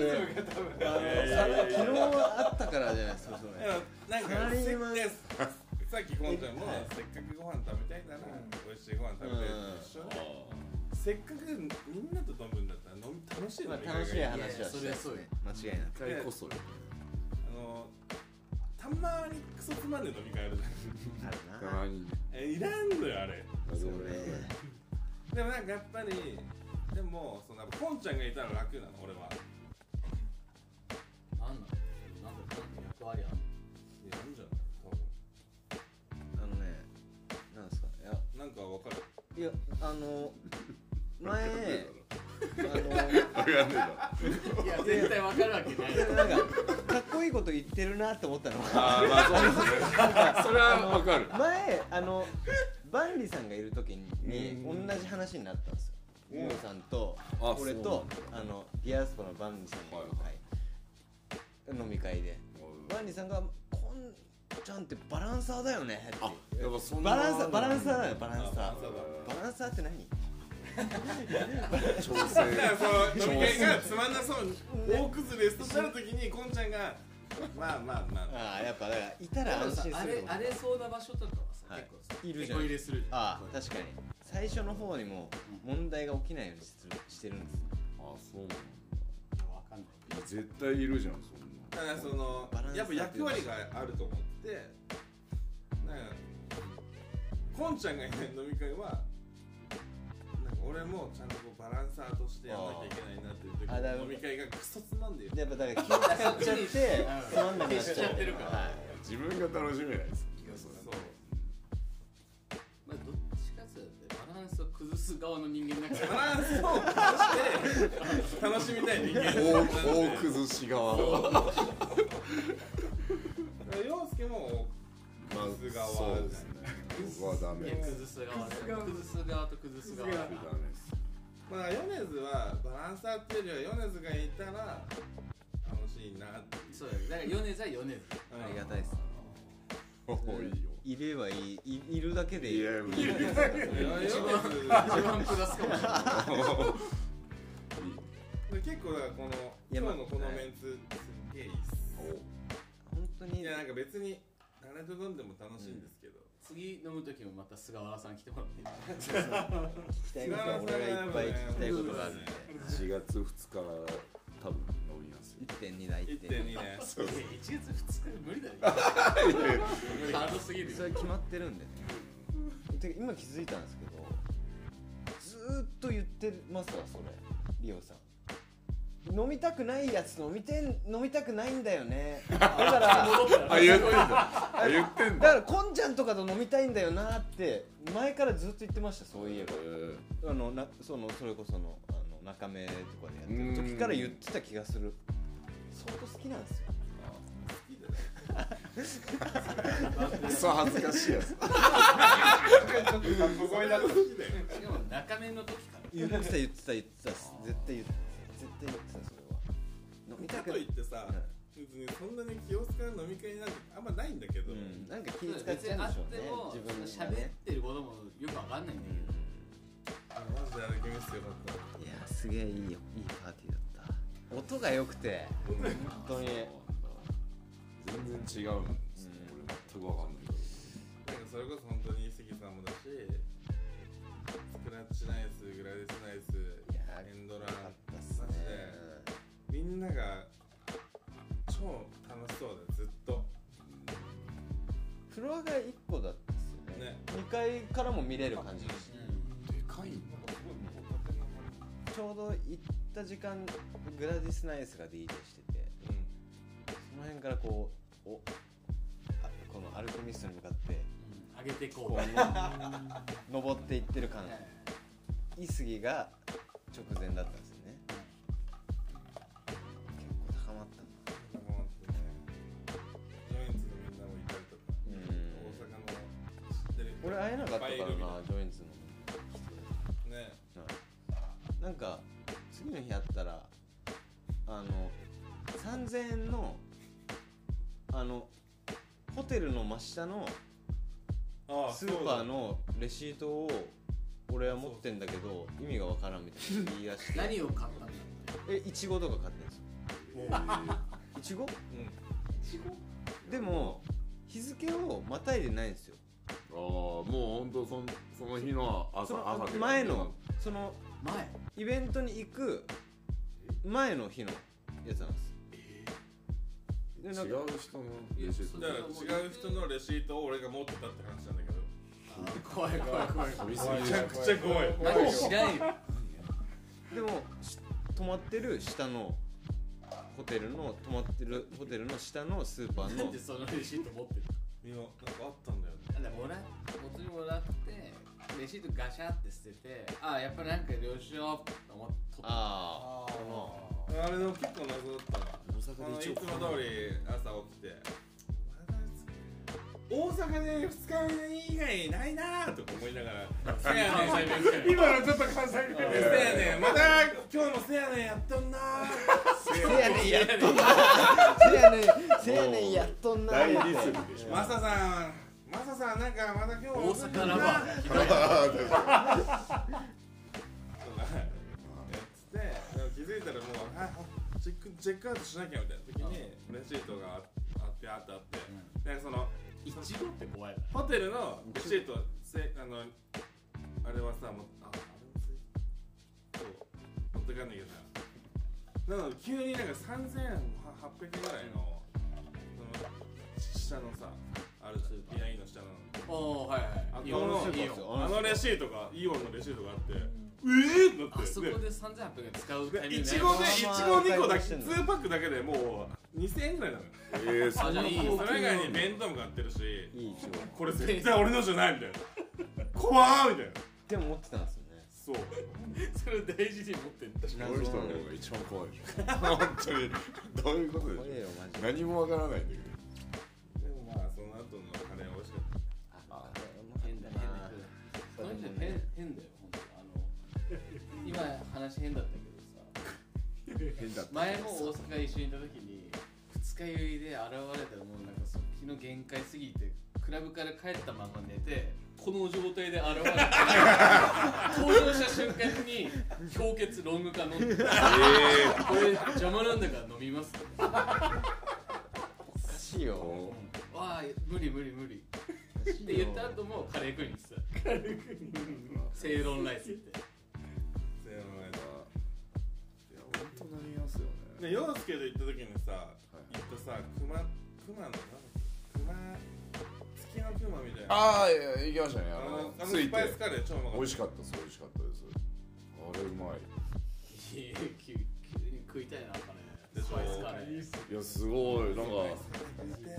G: やいやいやいや
E: 昨日はあったからじゃないですかそ
D: だからなんか
E: サラリー
D: せっ
E: マン
D: ねさっきこんちゃんも
E: はい
D: せっかくご飯食べたいなら美味しいご飯食べたいって一緒にせっかくみんなと飲むんだったら飲み楽しい
E: れ
D: 飲
E: ま
D: み
E: あ楽しい
D: 会がいい
E: 話は
H: そ
E: したい
H: れはそうよ
E: 間違いなく
G: 一回こそ
D: あのたまにクソつまんねえ飲み会あるじゃん
E: ある
G: た
E: な
G: まにね
D: えいらんのよあれ
E: そ
G: そうう
E: ね
G: ね
D: でもなんかやっぱりでもそのやっぱポンちゃんがいたら楽なの俺は
H: なんだなんだなんだ役割ある
D: いやなんじゃない多分
E: あのねなんですかいや
D: なんかわかる
E: いやあ の前
G: わかんねえだろ
H: いや絶対わかるわけな
E: あ
H: い
E: のでもなんかかっこいいこと言ってるなって思ったのは
G: あーまあそう ですねそれはわかる
E: 前あのバンリさんがいる時に同じ話になったんですよミオさんと
G: あ
E: 俺
G: そう
E: とあのディアスコのバンリさんの会飲み会でバンリさんが「こんちゃんってバランサーだよね」って
G: あやっぱそんな
E: バランサーバランサーだよバランサ
D: あバランサーだ
E: ーバランサーって何
D: だから
G: 調整
D: その飲み会がつまんなそうに大崩れしとなるときにこんちゃんがまあまあまあ
E: ああやっぱだからいたら安心
H: あ
E: すると
H: れ
E: 思う
H: あれそうな場所とかはさ、
E: はい
H: 結構さ
E: いるじ
H: 手
E: ゃん
H: こ入れするじゃん
E: ああ確かに最初の方にも問題が起きないようにするしてるんです
G: あそうなんだ
F: わかんない
G: いや絶対いるじゃんそんな
D: だからその
E: バランス
D: やっぱ役割があると思ってなんかこんちゃんがいない飲み会はなんか俺もちゃんとこうバランサーとしてやんなきゃいけないなっていう時
E: あーあだから
D: 飲み会がクソつまんでよ
E: やっぱだから気を使っちゃってつまんなくなっち
H: 消し
E: ゃう
H: ちゃってるから
E: はい
G: 自分が楽しめないです
D: そう
H: まあ、どっちかっていうとバランスを崩す側の人間だか
D: バ
H: ら
D: ランスを崩して楽しみたい人間なんで
G: 大大崩し側ま
D: 洋介も
G: あ
D: 崩す側
G: そうですね僕はダメ
H: いや
G: です
H: 崩す側だから崩す側と崩す側だ
G: ダ
H: から
G: メです
D: まあ米津はバランサーっていうよりは米津がいたら楽しいなっていう
H: そうだよだから米津は米津
E: ありがたいですね
G: もういいよ
E: いればいいいいるだけでいい
G: いやもういいよ
D: いや米津
H: 一番下すかもしれない
D: で結構だからこの
E: いや
D: 今
E: まあ
D: 日のこのメンツすっげえいいっ
E: 本当
D: すい
E: に
D: やなんか別に誰と飲んでも楽しいんですけど、
H: 次飲む時もまた菅原さん来てもらっていい
E: 聞きたいことは俺がいっぱい聞きたいことがあるんで
G: 4月2日から多分飲みますよ
E: 1.2だ
D: 1.2
E: 1.2
D: ね
H: いや1月2日無理だよハードすぎるよ
E: それ決まってるんでねてか今気づいたんですけどずーっと言ってますわそれリオさん飲みたくないやつ飲みてん飲みたくないんだよねだから
G: あ言ってんだあ言ってんだ
E: だからこんちゃんとかと飲みたいんだよなーって前からずっと言ってましたそういえ
G: えー
E: ばあのなそのそれこそのあの中目とかでやってる時から言ってた気がする相当好きなんですよ
G: クソ恥ずかしいやつ
D: ここになって好きだよ
H: しかも中面の時から
E: 言ってた言ってた言ってた絶対言ってた絶対言ってたそれは飲みた
D: か
E: く
D: といってさ
E: うん
D: 別にそんなに気を使う飲み会なんてあんまないんだけど、
E: うん、なんか気使っ
H: 別
E: ち
H: に
E: ゃうん
H: あ
E: でしょ
H: っ
E: う
H: て
E: ね
H: も
E: 自分
H: 喋
E: が
H: っ
E: ね
H: てることもよくわかんないんだけど
D: あマジであれケミストよかっ
E: いやすげえいいよいいパーティーだった音が良くて本当に
G: 全然違うんですよ、俺全く分かんないけど
D: なんかそれこそ本当に関さんもだしスクラッチナイスグラディスナイス
E: いや
D: エンドラン
E: よかったっすね
D: マジでみんなが超楽しそうだよずっと
E: フロアが1個だったっすよ
D: ね
E: ね2階からも見れる感じです
G: でかいんだ
E: ちょうど行った時間グラディスナイスが DJ してて
D: うん
E: その辺からこうおあこのアルコミストに向かって
H: うん上げてこ
E: こ
H: う
E: うの登っていってる感イスギが直前だったんですよね結構高まったな
D: 仲間ってねジョインツのみんなもいたりとか
E: うん
D: 大阪の知ってる人
E: 俺会えなかったから
D: いぱいいるみたい
E: なジョインズの
D: なね
E: 人なんか次の日やったらあの3000円のあのホテルの真下の
D: あ
E: スーパーのレシートを俺は持ってんだけど意味がわからんみたいな言い出し て
H: 何を買ったんだ
E: えいちごとか買ってんですよいちご
D: う
E: でも日付をまたいでないんですよ
G: ああもう本当そんその日の
E: そ
G: 朝朝
E: の
G: というか
E: 前のその
H: 前
E: イベントに行く前の日のやつなんですで
G: 違
E: な
G: う人
E: んか
G: のレシート
D: んだから違う人のレシートを俺が持ってたって話なんだけど
H: 怖い怖い怖い
G: 飛びすぎじゃん
D: めっちゃ怖い
H: 何知らんよ
E: でもし泊まってる下のホテルの泊まってるホテルの下のスーパー
H: なん
E: の
H: でそのレシート持ってる
D: いやなんかあったんだよね
H: なんだもらお釣りもらってレシートガシャって捨ててああやっぱなんか領収書と思って取った
I: あ
E: あ
D: あれでも結構謎だったのあのい
G: 大
D: つ
G: 阪で
D: も
G: 一応
D: 通り朝起きて大阪で2日以外ないなーとか思いながら「せやねん」
I: 今のちょっと関西弁
D: せやねんまた今日もせやねんやっとんなー
E: あせやねんやっとんなせやねんせやねんやっとんな
G: 大ディスりでしょ
D: マサさんマサさんなんかまた今日も
H: 大阪ラバー
D: とかやっててでも気づいたらもうああチェックチェックアウトしなきゃみたいな時にレシートがああってあってあって、なんかその
H: いちごって怖いな
D: ホテルのレシートせあのあれはさもうああれせそう持ってかんないけどさなので急になんか3800円ぐらいのその下のさあるじゃん BI の下の
H: おおはい
D: あ
H: はい
D: の
H: いいよいいよ
D: あのレシートがイオンのレシートがあってええーってな
H: あそこ
D: って
H: で3800円使うタイミン
D: い
H: グ
D: ちごでいちご2個だけ
E: まあまあ
D: 2パックだけでもう2000円ぐらいなのよ
G: えー、そ
H: あ
G: ん
H: じゃ
G: な
H: あいいよ
D: それ以外に弁当も買ってるし
E: いいいちご
D: これ絶対俺のじゃないみたいな怖ーみたいな
E: でも持ってたんですよね
D: そう
H: それ大事に持ってんだ
G: こういう人の方が一番 怖いでしょ本当にどういうこと でし
E: 怖えよマ
G: ょ
E: ジで
G: 何もわからないんだけ
D: で
G: ど
D: もまあその後のカレーは美味しかった
E: あ
H: 変だ変だこの人変変だよ本当あの今話変だったけ
G: 変
H: ど
G: だっ
H: さ前も大阪一緒にいた時に二日酔いで現れたもうなんかその昨日限界すぎてクラブから帰ったまま寝てこの状態で現れて登場した瞬間に氷結ロング缶飲んでこれ邪魔なんだから飲みます
E: おかしいよお
H: わあ無理無理無理
E: か
H: っ
E: しいよ
H: て言った後もカレー食いに行ってたカレー食いに正論ライスって
D: せーの
G: いや本当なりますよね
D: で洋介と行った時にさ
G: い
D: 行ったさ熊熊のなんだっけ熊月の熊みたいな
G: ああいや行きましたね
D: あ
G: あ
D: の
G: の
D: あの
G: つい
D: ス
G: て
D: パイスカレー超うまかっ
G: 美味しかったです美味しかったですあれうまい
H: いや急急に食いたいなカレー
D: でしょ
H: スパイスカレー
G: いやすごいなんか
D: たで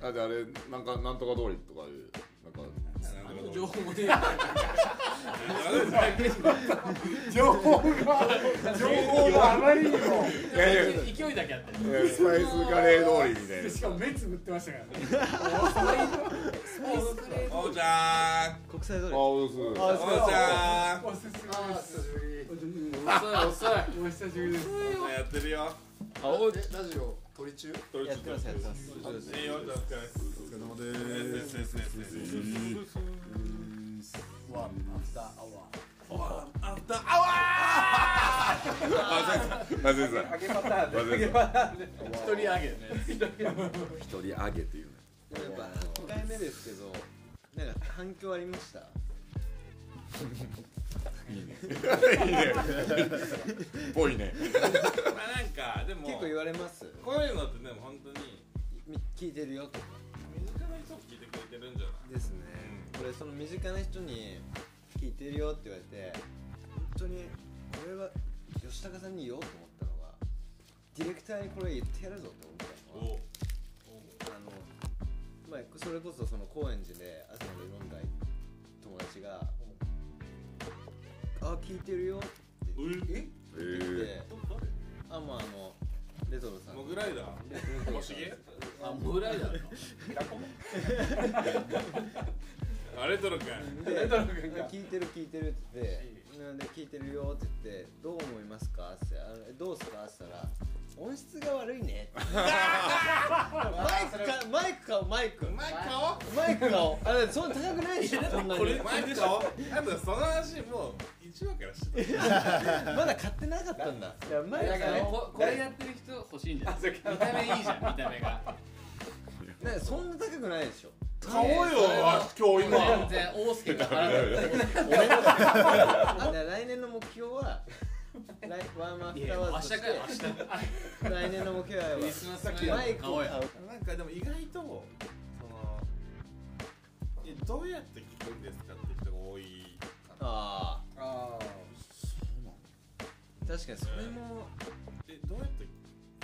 G: だってあれなんかなんとか通りとかいうなんか
D: な
H: あ
D: ん
H: の
D: か
H: 情報もねあ
G: 情報が情報があまりにもいやいやい
H: の勢いだけあったよ
G: やスパイスカレー通りみたいな
I: しかも目つぶってましたからね
H: スパイスカレー
D: おうちゃ
E: 国際通り
G: あおす
D: ーんおうちゃ
I: お久しぶりです
H: 遅い遅
I: お
H: い
I: 久しぶりです
D: ーんまあやってるよ
G: 青ラジオ撮り中
D: 取
E: やってますやってます
D: いいよじゃあお疲れ
G: お疲れ様で
D: えー
G: す
D: せーせーせーせーせー
H: ワンアフターアワー
G: まずいさ
C: ハゲパターンで
G: まずい
C: ハゲパターンで
H: 一人上げね
G: 一人上げっていうね
E: やっぱ8回目ですけどなんか反響ありました
G: ぽいね
D: まあなんかでも
E: 結構言われます
D: こういうのってでも本当に
E: み聞いてるよとか
D: 身近な人聞いてくれてるんじゃない
E: ですねこれその身近な人に聞いてるよって言われて本当にこれは吉高さんに言おうと思ったのはディレクターにこれ言ってやるぞって思ったのは
D: お
E: あの、まあ、それこそその高円寺で朝まで飲んだ友達が「あ聞いてるよ」って言って
D: え
G: え
E: 言ってきて
G: ー、
E: あまああのレトロさん
D: モグライダー
E: レトロさ
D: と
E: ん
D: もしげ
H: あもう裏だな
D: あレトロ君
E: で聞いてる聞いてるって言ってなんで聞いてるよって言ってどう思いますかってあのどうすかって言ったら音質が悪いねってマイクかマイクかマイク
D: マイ顔
E: マイクがあれそんな高くないでしょそんなに
D: これマイク顔あとその話もう一話からしてた
E: まだ買ってなかったんだいやマイ
H: だ
E: ク
H: から
E: がね
H: ここれやってる人欲しいんじゃない見た目いいじゃん見た目が
E: ねそんな高くないでしょ
D: 顔よ今
H: 全
D: 日今
H: 然大輔が払 う
E: だから来年の目標は来ワンマンフ
H: い
E: ラ
H: や明
E: ワーズ
H: 日
E: と
H: か
E: し
H: よ
E: て
H: 明日
E: 来年の目標は
H: クリスマスの
E: マイクを
H: 顔
E: 買う
H: や
D: なんかでも意外とそのえどうやって聞くんですかって人が多いかな
E: あ
I: あ
E: あ確かにそれも
D: えどうやって聞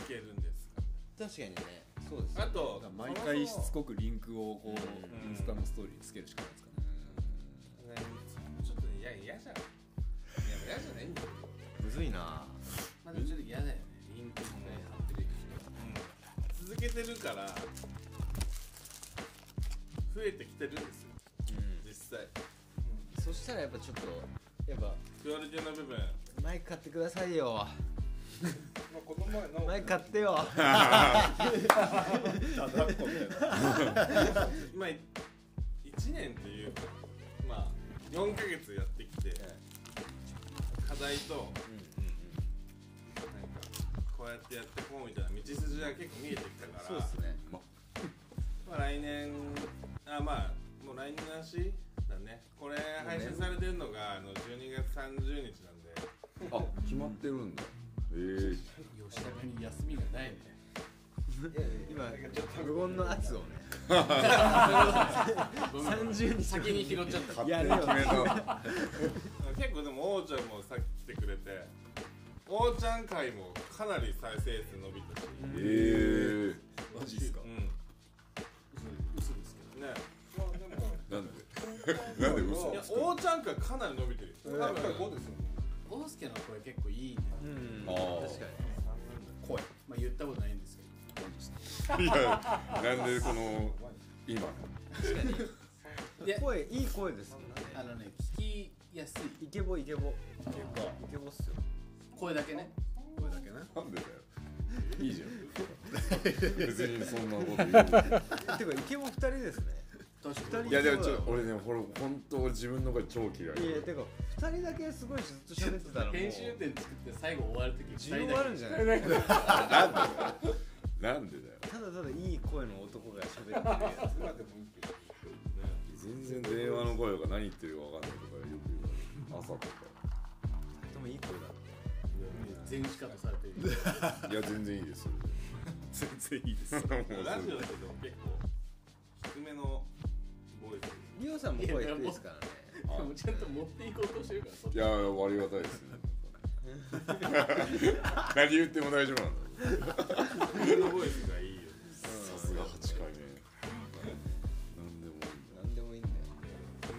D: けるんですか
E: 確かにねそうです
D: あと
J: 毎回しつ
D: こ
J: こくリンクをこう、
D: うん
J: インスタのストーリーにつけるしかないですかね、
D: ちょっと嫌嫌じゃんいや嫌じゃないんだけど
E: むずいな
H: まあでもちょっと嫌だよねリンクいっぱい貼ってる
D: 続けてるから増えてきてるんですよ実際
E: そしたらやっぱちょっとやっぱ
D: クオリティの部分
E: マイク買ってくださいよ
A: まあこの前の
E: マイク買ってよ
D: まあ1年っていうかまあ4ヶ月やってきて課題となんかこうやってやってこうみたいな道筋が結構見えてきたから
E: そうですね
D: まあ来年あまあもう来年の話だねこれ配信されてるのがあの12月30日なんで
G: あ決まってるんだえー、
H: 吉田に休みがないね
E: 今無言の圧をね
H: ご めん先に拾っちゃった
G: 勝手に決めた
D: 結構でも王ちゃんもさっき来てくれて王ちゃん回もかなり再生数伸びたし
G: えー、
J: マジですか
D: うん
F: 嘘ですけど
D: ねまあでも
G: なんでなんで嘘
D: いや
G: つくの
D: 王ちゃん回かなり伸びてる多分
A: 5ですよね
H: 大輔の声結構いいんだよ
E: うん
G: あー
E: 確か
H: 声まあ言ったことないんですけど
G: いやなんでこの今
E: に声いい声ですもんね
H: あのね聞きやすい
E: イケボイケボイケボっすよ
H: 声だけね
A: 声だけな
G: なんでだよいいじ ゃん別にそんなこと言う
E: てかイケボ二人ですね
H: 確
E: か
H: か
E: に
H: に
G: いやでもちょ俺ねこれ本当俺自分の声超嫌い
E: いやいやてか二人だけすごいずっと喋ってたらもう
H: 編集点作って最後終わるとき
E: 需要あるんじゃ ない
G: なんでだよ
E: ただただいい声の男が喋ってるや
A: 今でもいいけど
G: 全然電話の声が何言ってるか分かんないとかよく言われる朝と
E: つでもいい声だ
H: 全シカトされてる
G: かいや全然いいですそれで全然いいですもう
D: ラ
G: そ
D: ジオだけど結構低めのボイス
E: リオさんも声低いですからね
H: でもちゃんと持っていこうとしてるからそっ
G: れいやいやありがたいですね何言っても大丈夫なんだ
D: 低めのボイスがいいよね
G: さすが8回目なんでもいいんだ
E: なんでもいいんだよ
D: 全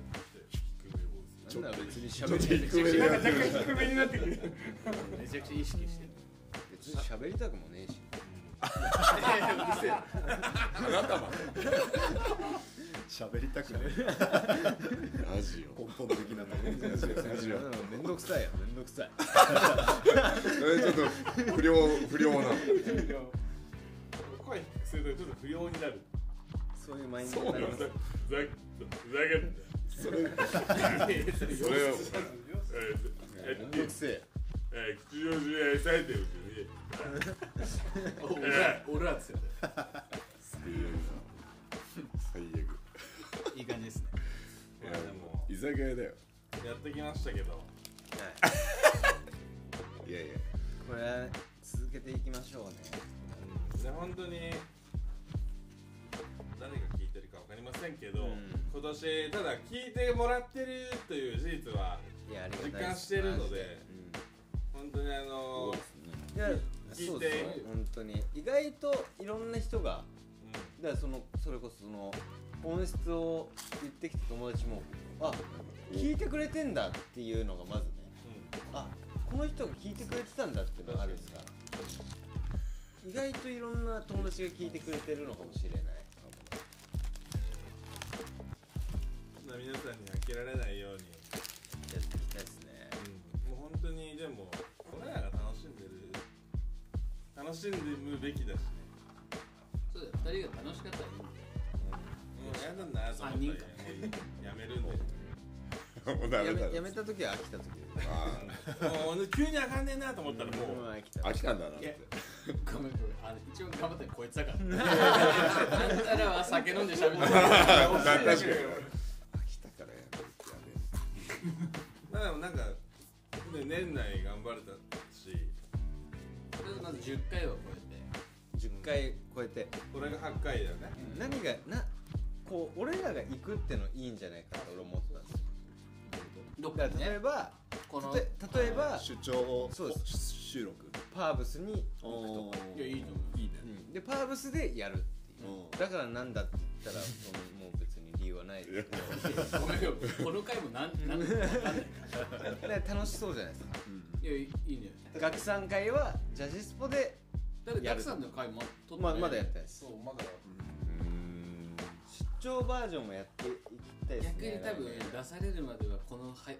D: 然やってきて低めボイス
E: なんなら別に
G: ちょっと
E: 喋り
G: 低めでやって
I: あ
G: る
I: 若干低めになってくる
H: ちめちゃくちゃ意識してる
E: 別に喋りたくもねえし
G: あなたも
J: 喋りたくない
G: ラジオ
J: 根本的なところ
G: ラジオラジオ
E: うんめんどくさいよめんどくさい
G: えちょっと不良不良な
D: 声低くするとちょっと不良になる
E: そういうマインドになります
D: ふざけんな
G: それそれを
J: えめんどくせえ
D: えー吉祥寺で餌えてるんですよね
H: 俺らっつって
G: 最悪
H: いい感じですね
G: いやもう居酒屋だよ
D: やってきましたけど
G: いやいや
E: これは続けていきましょうね
D: で本当に誰が聞いてるかわかりませんけど、今年ただ聞いてもらってるという事実はい
E: やありがたい
D: 実感
E: です
D: してるので
E: うん
D: 本当にあの
E: いや
D: 聞
E: そ
D: いうて
E: ですよ本当に意外といろんな人がだからそのそれこそその音質を言ってきた友達もあ聞いてくれてんだっていうのがまずね、あこの人が聞いてくれてたんだっていうのがあるんですから意外といろんな友達が聞いてくれてるのかもしれない
D: うん皆さんに飽きられないように、
E: やっていきたいですね
D: うん、もう本当にでも俺らが楽しんでる楽しんでむべきだしね
H: そうだよ二人が楽しかったらいいんだよ
D: もうやだなと思ったらやめるんで
G: もうダメ
E: や
G: だ
E: めやめた時は飽きた時
G: あ
D: もう急にあかんねえなと思ったらもう
E: うん飽きた
G: ー飽きたんだなって
H: ごめんごめんあの一応頑張ってこいつだからあんたらは酒飲んで喋ってる
G: 確かに飽きたからやめるってやめる
D: まあでもなんか、ね、年内頑張れたし
H: とりあえずまず10回は超
E: 10回超えて
D: これが8回だよね
E: 何がなこう俺らが行くってのいいんじゃないかと俺思ったんですよ
H: えてどっ
E: だ
H: か
E: か
H: で
E: ら例
H: ね
E: えば、
H: この
E: たと例えば
J: 出張を
E: そうです
J: 収録
E: パーブスに行くと
J: お
H: いやいいと思
J: いいね
E: うんでパーブスでやるっていう、
J: うん
E: だからなんだって言ったらそのもう別に理由はないですけど
H: うごめんよこの回もなんなんかわかんない
E: だから楽しそうじゃないですか
H: いやいいいいんじゃない
E: 学さん会はジャジスポで、
H: だってたくさんの回も撮って
E: まあ、まだやってないです
F: そうまだ
G: うーん
E: 出張バージョンもやっていきたいです
H: 逆に
E: ね
H: 多分出されるまではこの会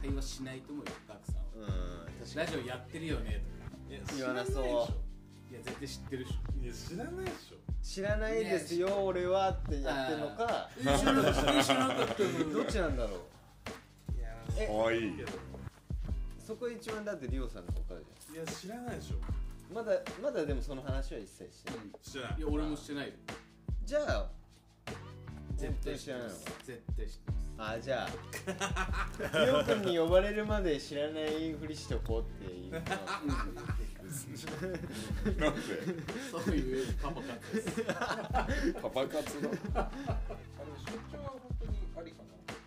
H: 会話しないと思うよガクさんは
E: うん
H: ラジオやってるよね
D: いや
E: 言わなそう
H: いや絶対知ってるでし
D: いや知らないでしょ
E: 知らないですよ、俺はってやってるのか
H: ょ知らなかった
E: どっちなんだろう
D: いや
G: かわいい
D: けど
E: そこ一番だってリオさんの方からじゃないですか
D: いや知らないでしょ
E: まだまだでもその話は一切してない
D: 知らない
H: いや俺もしてないよ
E: じゃあ
H: 絶
E: 絶
H: 対
E: 対
H: 知っ
E: 知
H: て
E: らない
H: ま
E: の
H: す絶対知ってます
E: あじゃあリオ君に呼ばれるまで知らないふりしておこうっていうのは
G: なんで
H: そういうパパかです
G: パパ活だ
A: あでも出張は本当にありか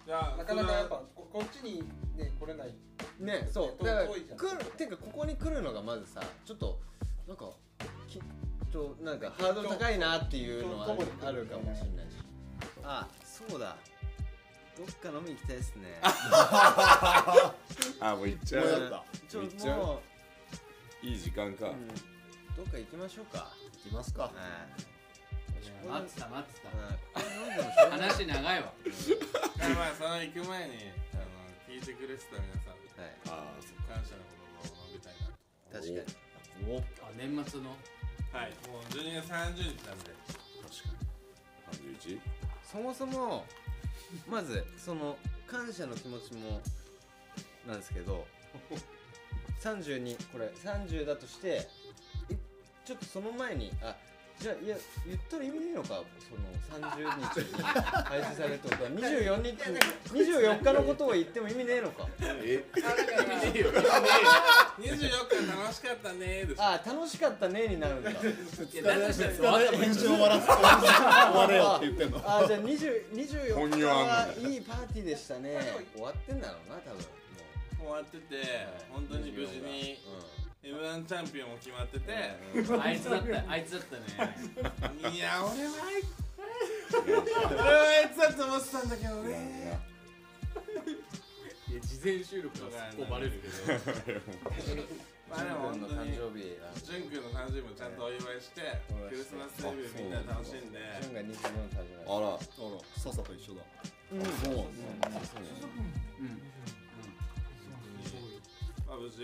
D: いや
A: ななかなかやっぱここっちにね来れない
E: ねそう
A: 遠い
E: だから
A: 遠
E: 来
A: いじゃん
E: るてかここに来るのがまずさちょっとなんかきっとなんかハードル高いなっていうのはあるあるかもしれないしあそうだどっか飲み行きたいですね
G: あもう行っちゃ
E: もう
G: う
E: やちょ
G: 行っちゃう
E: も
G: いい時間か
E: う、うんどっか行きましょうか
J: 行きますか
E: はい
H: 待ってた待って
E: うんこれ飲んでもしょう
H: た
E: がない
H: 話長いわ
D: まあまあその行く前にあの聞いてくれてた皆さんに
E: はい
G: あ
D: 感謝の言葉を述べたいな
E: 確かに
H: あ年末の
D: とはいもう12月30日なんで
G: あ確かに 31?
E: そもそもまずその感謝の気持ちもなんですけど32これ30だとしていちょっとその前にあじゃあいや言ったら意味ねえのかその30日に配信されるってことは24日24日のことを言っても意味ねえのか
G: え
H: いいよ
D: 24日楽しかったねーでしょ
E: あ楽しかったねになるんだ
H: いやだとしたら終わった
J: 編集終わらせて終われよって言ってんの
E: あじゃあ20 24日
G: 本
E: は
G: 人
E: いいパーティーでしたね終わってんだろうな多分も
D: 終
E: う
D: わってて本当に無事に
E: うん
D: m 1チャンピオンも決まってて
H: あいつだったあいつだったね
D: いや俺はあい俺はあいつだと思ってたんだけど
G: いや
D: ね
G: いや
H: いや事前収録はそこバレるけど
D: まあでも本当に
E: 誕生日なんで
D: 純くんの誕生日もちゃんとお祝いして、クリスマスイブみんなで楽しんで、
E: 純が24食べま
G: あら
J: あらササと一緒だ
E: うん
J: そうなんだ
D: まあ、無事、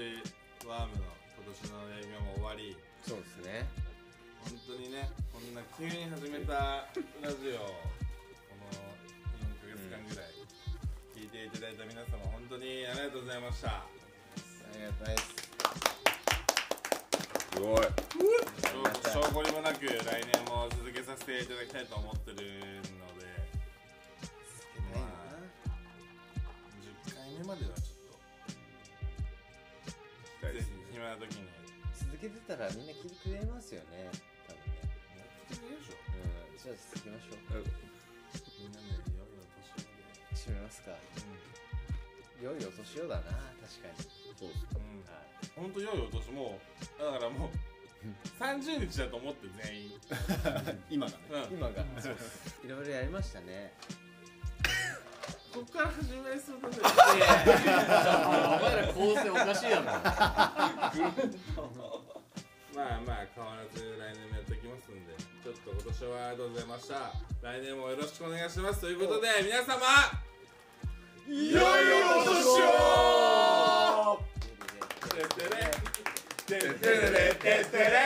D: ワームの今年の営業も終わり、
E: そうですね
D: 本当にね、こんな急に始めたラジオ、この4ヶ月間ぐらい、
B: いていただいた皆様本当にありがとうございましたあ
E: りがたいです
K: すごい
B: 証拠にもなく来年も続けさせていただきたいと思ってるのでまあ10回目まではちょっとぜひ暇な時に
E: 続けてたらみんな聞いてくれますよね多分ねうんじゃあ続きましょう
B: みんなで良いお年をで
E: 締めますか、良いお年をだな確かに
K: そう
B: うん本当良いお年もうだからもう30日だと思って全員
D: 今がね
B: うん
E: 今がいろいろやりましたね
B: こっから始まりそうだね
H: いやいやいやお前ら構成おかしいやろ
B: まあまあ変わらず来年もやっていきますんでちょっと今年はありがとうございました来年もよろしくお願いしますということで皆様良いお年をてってれてってれてってれ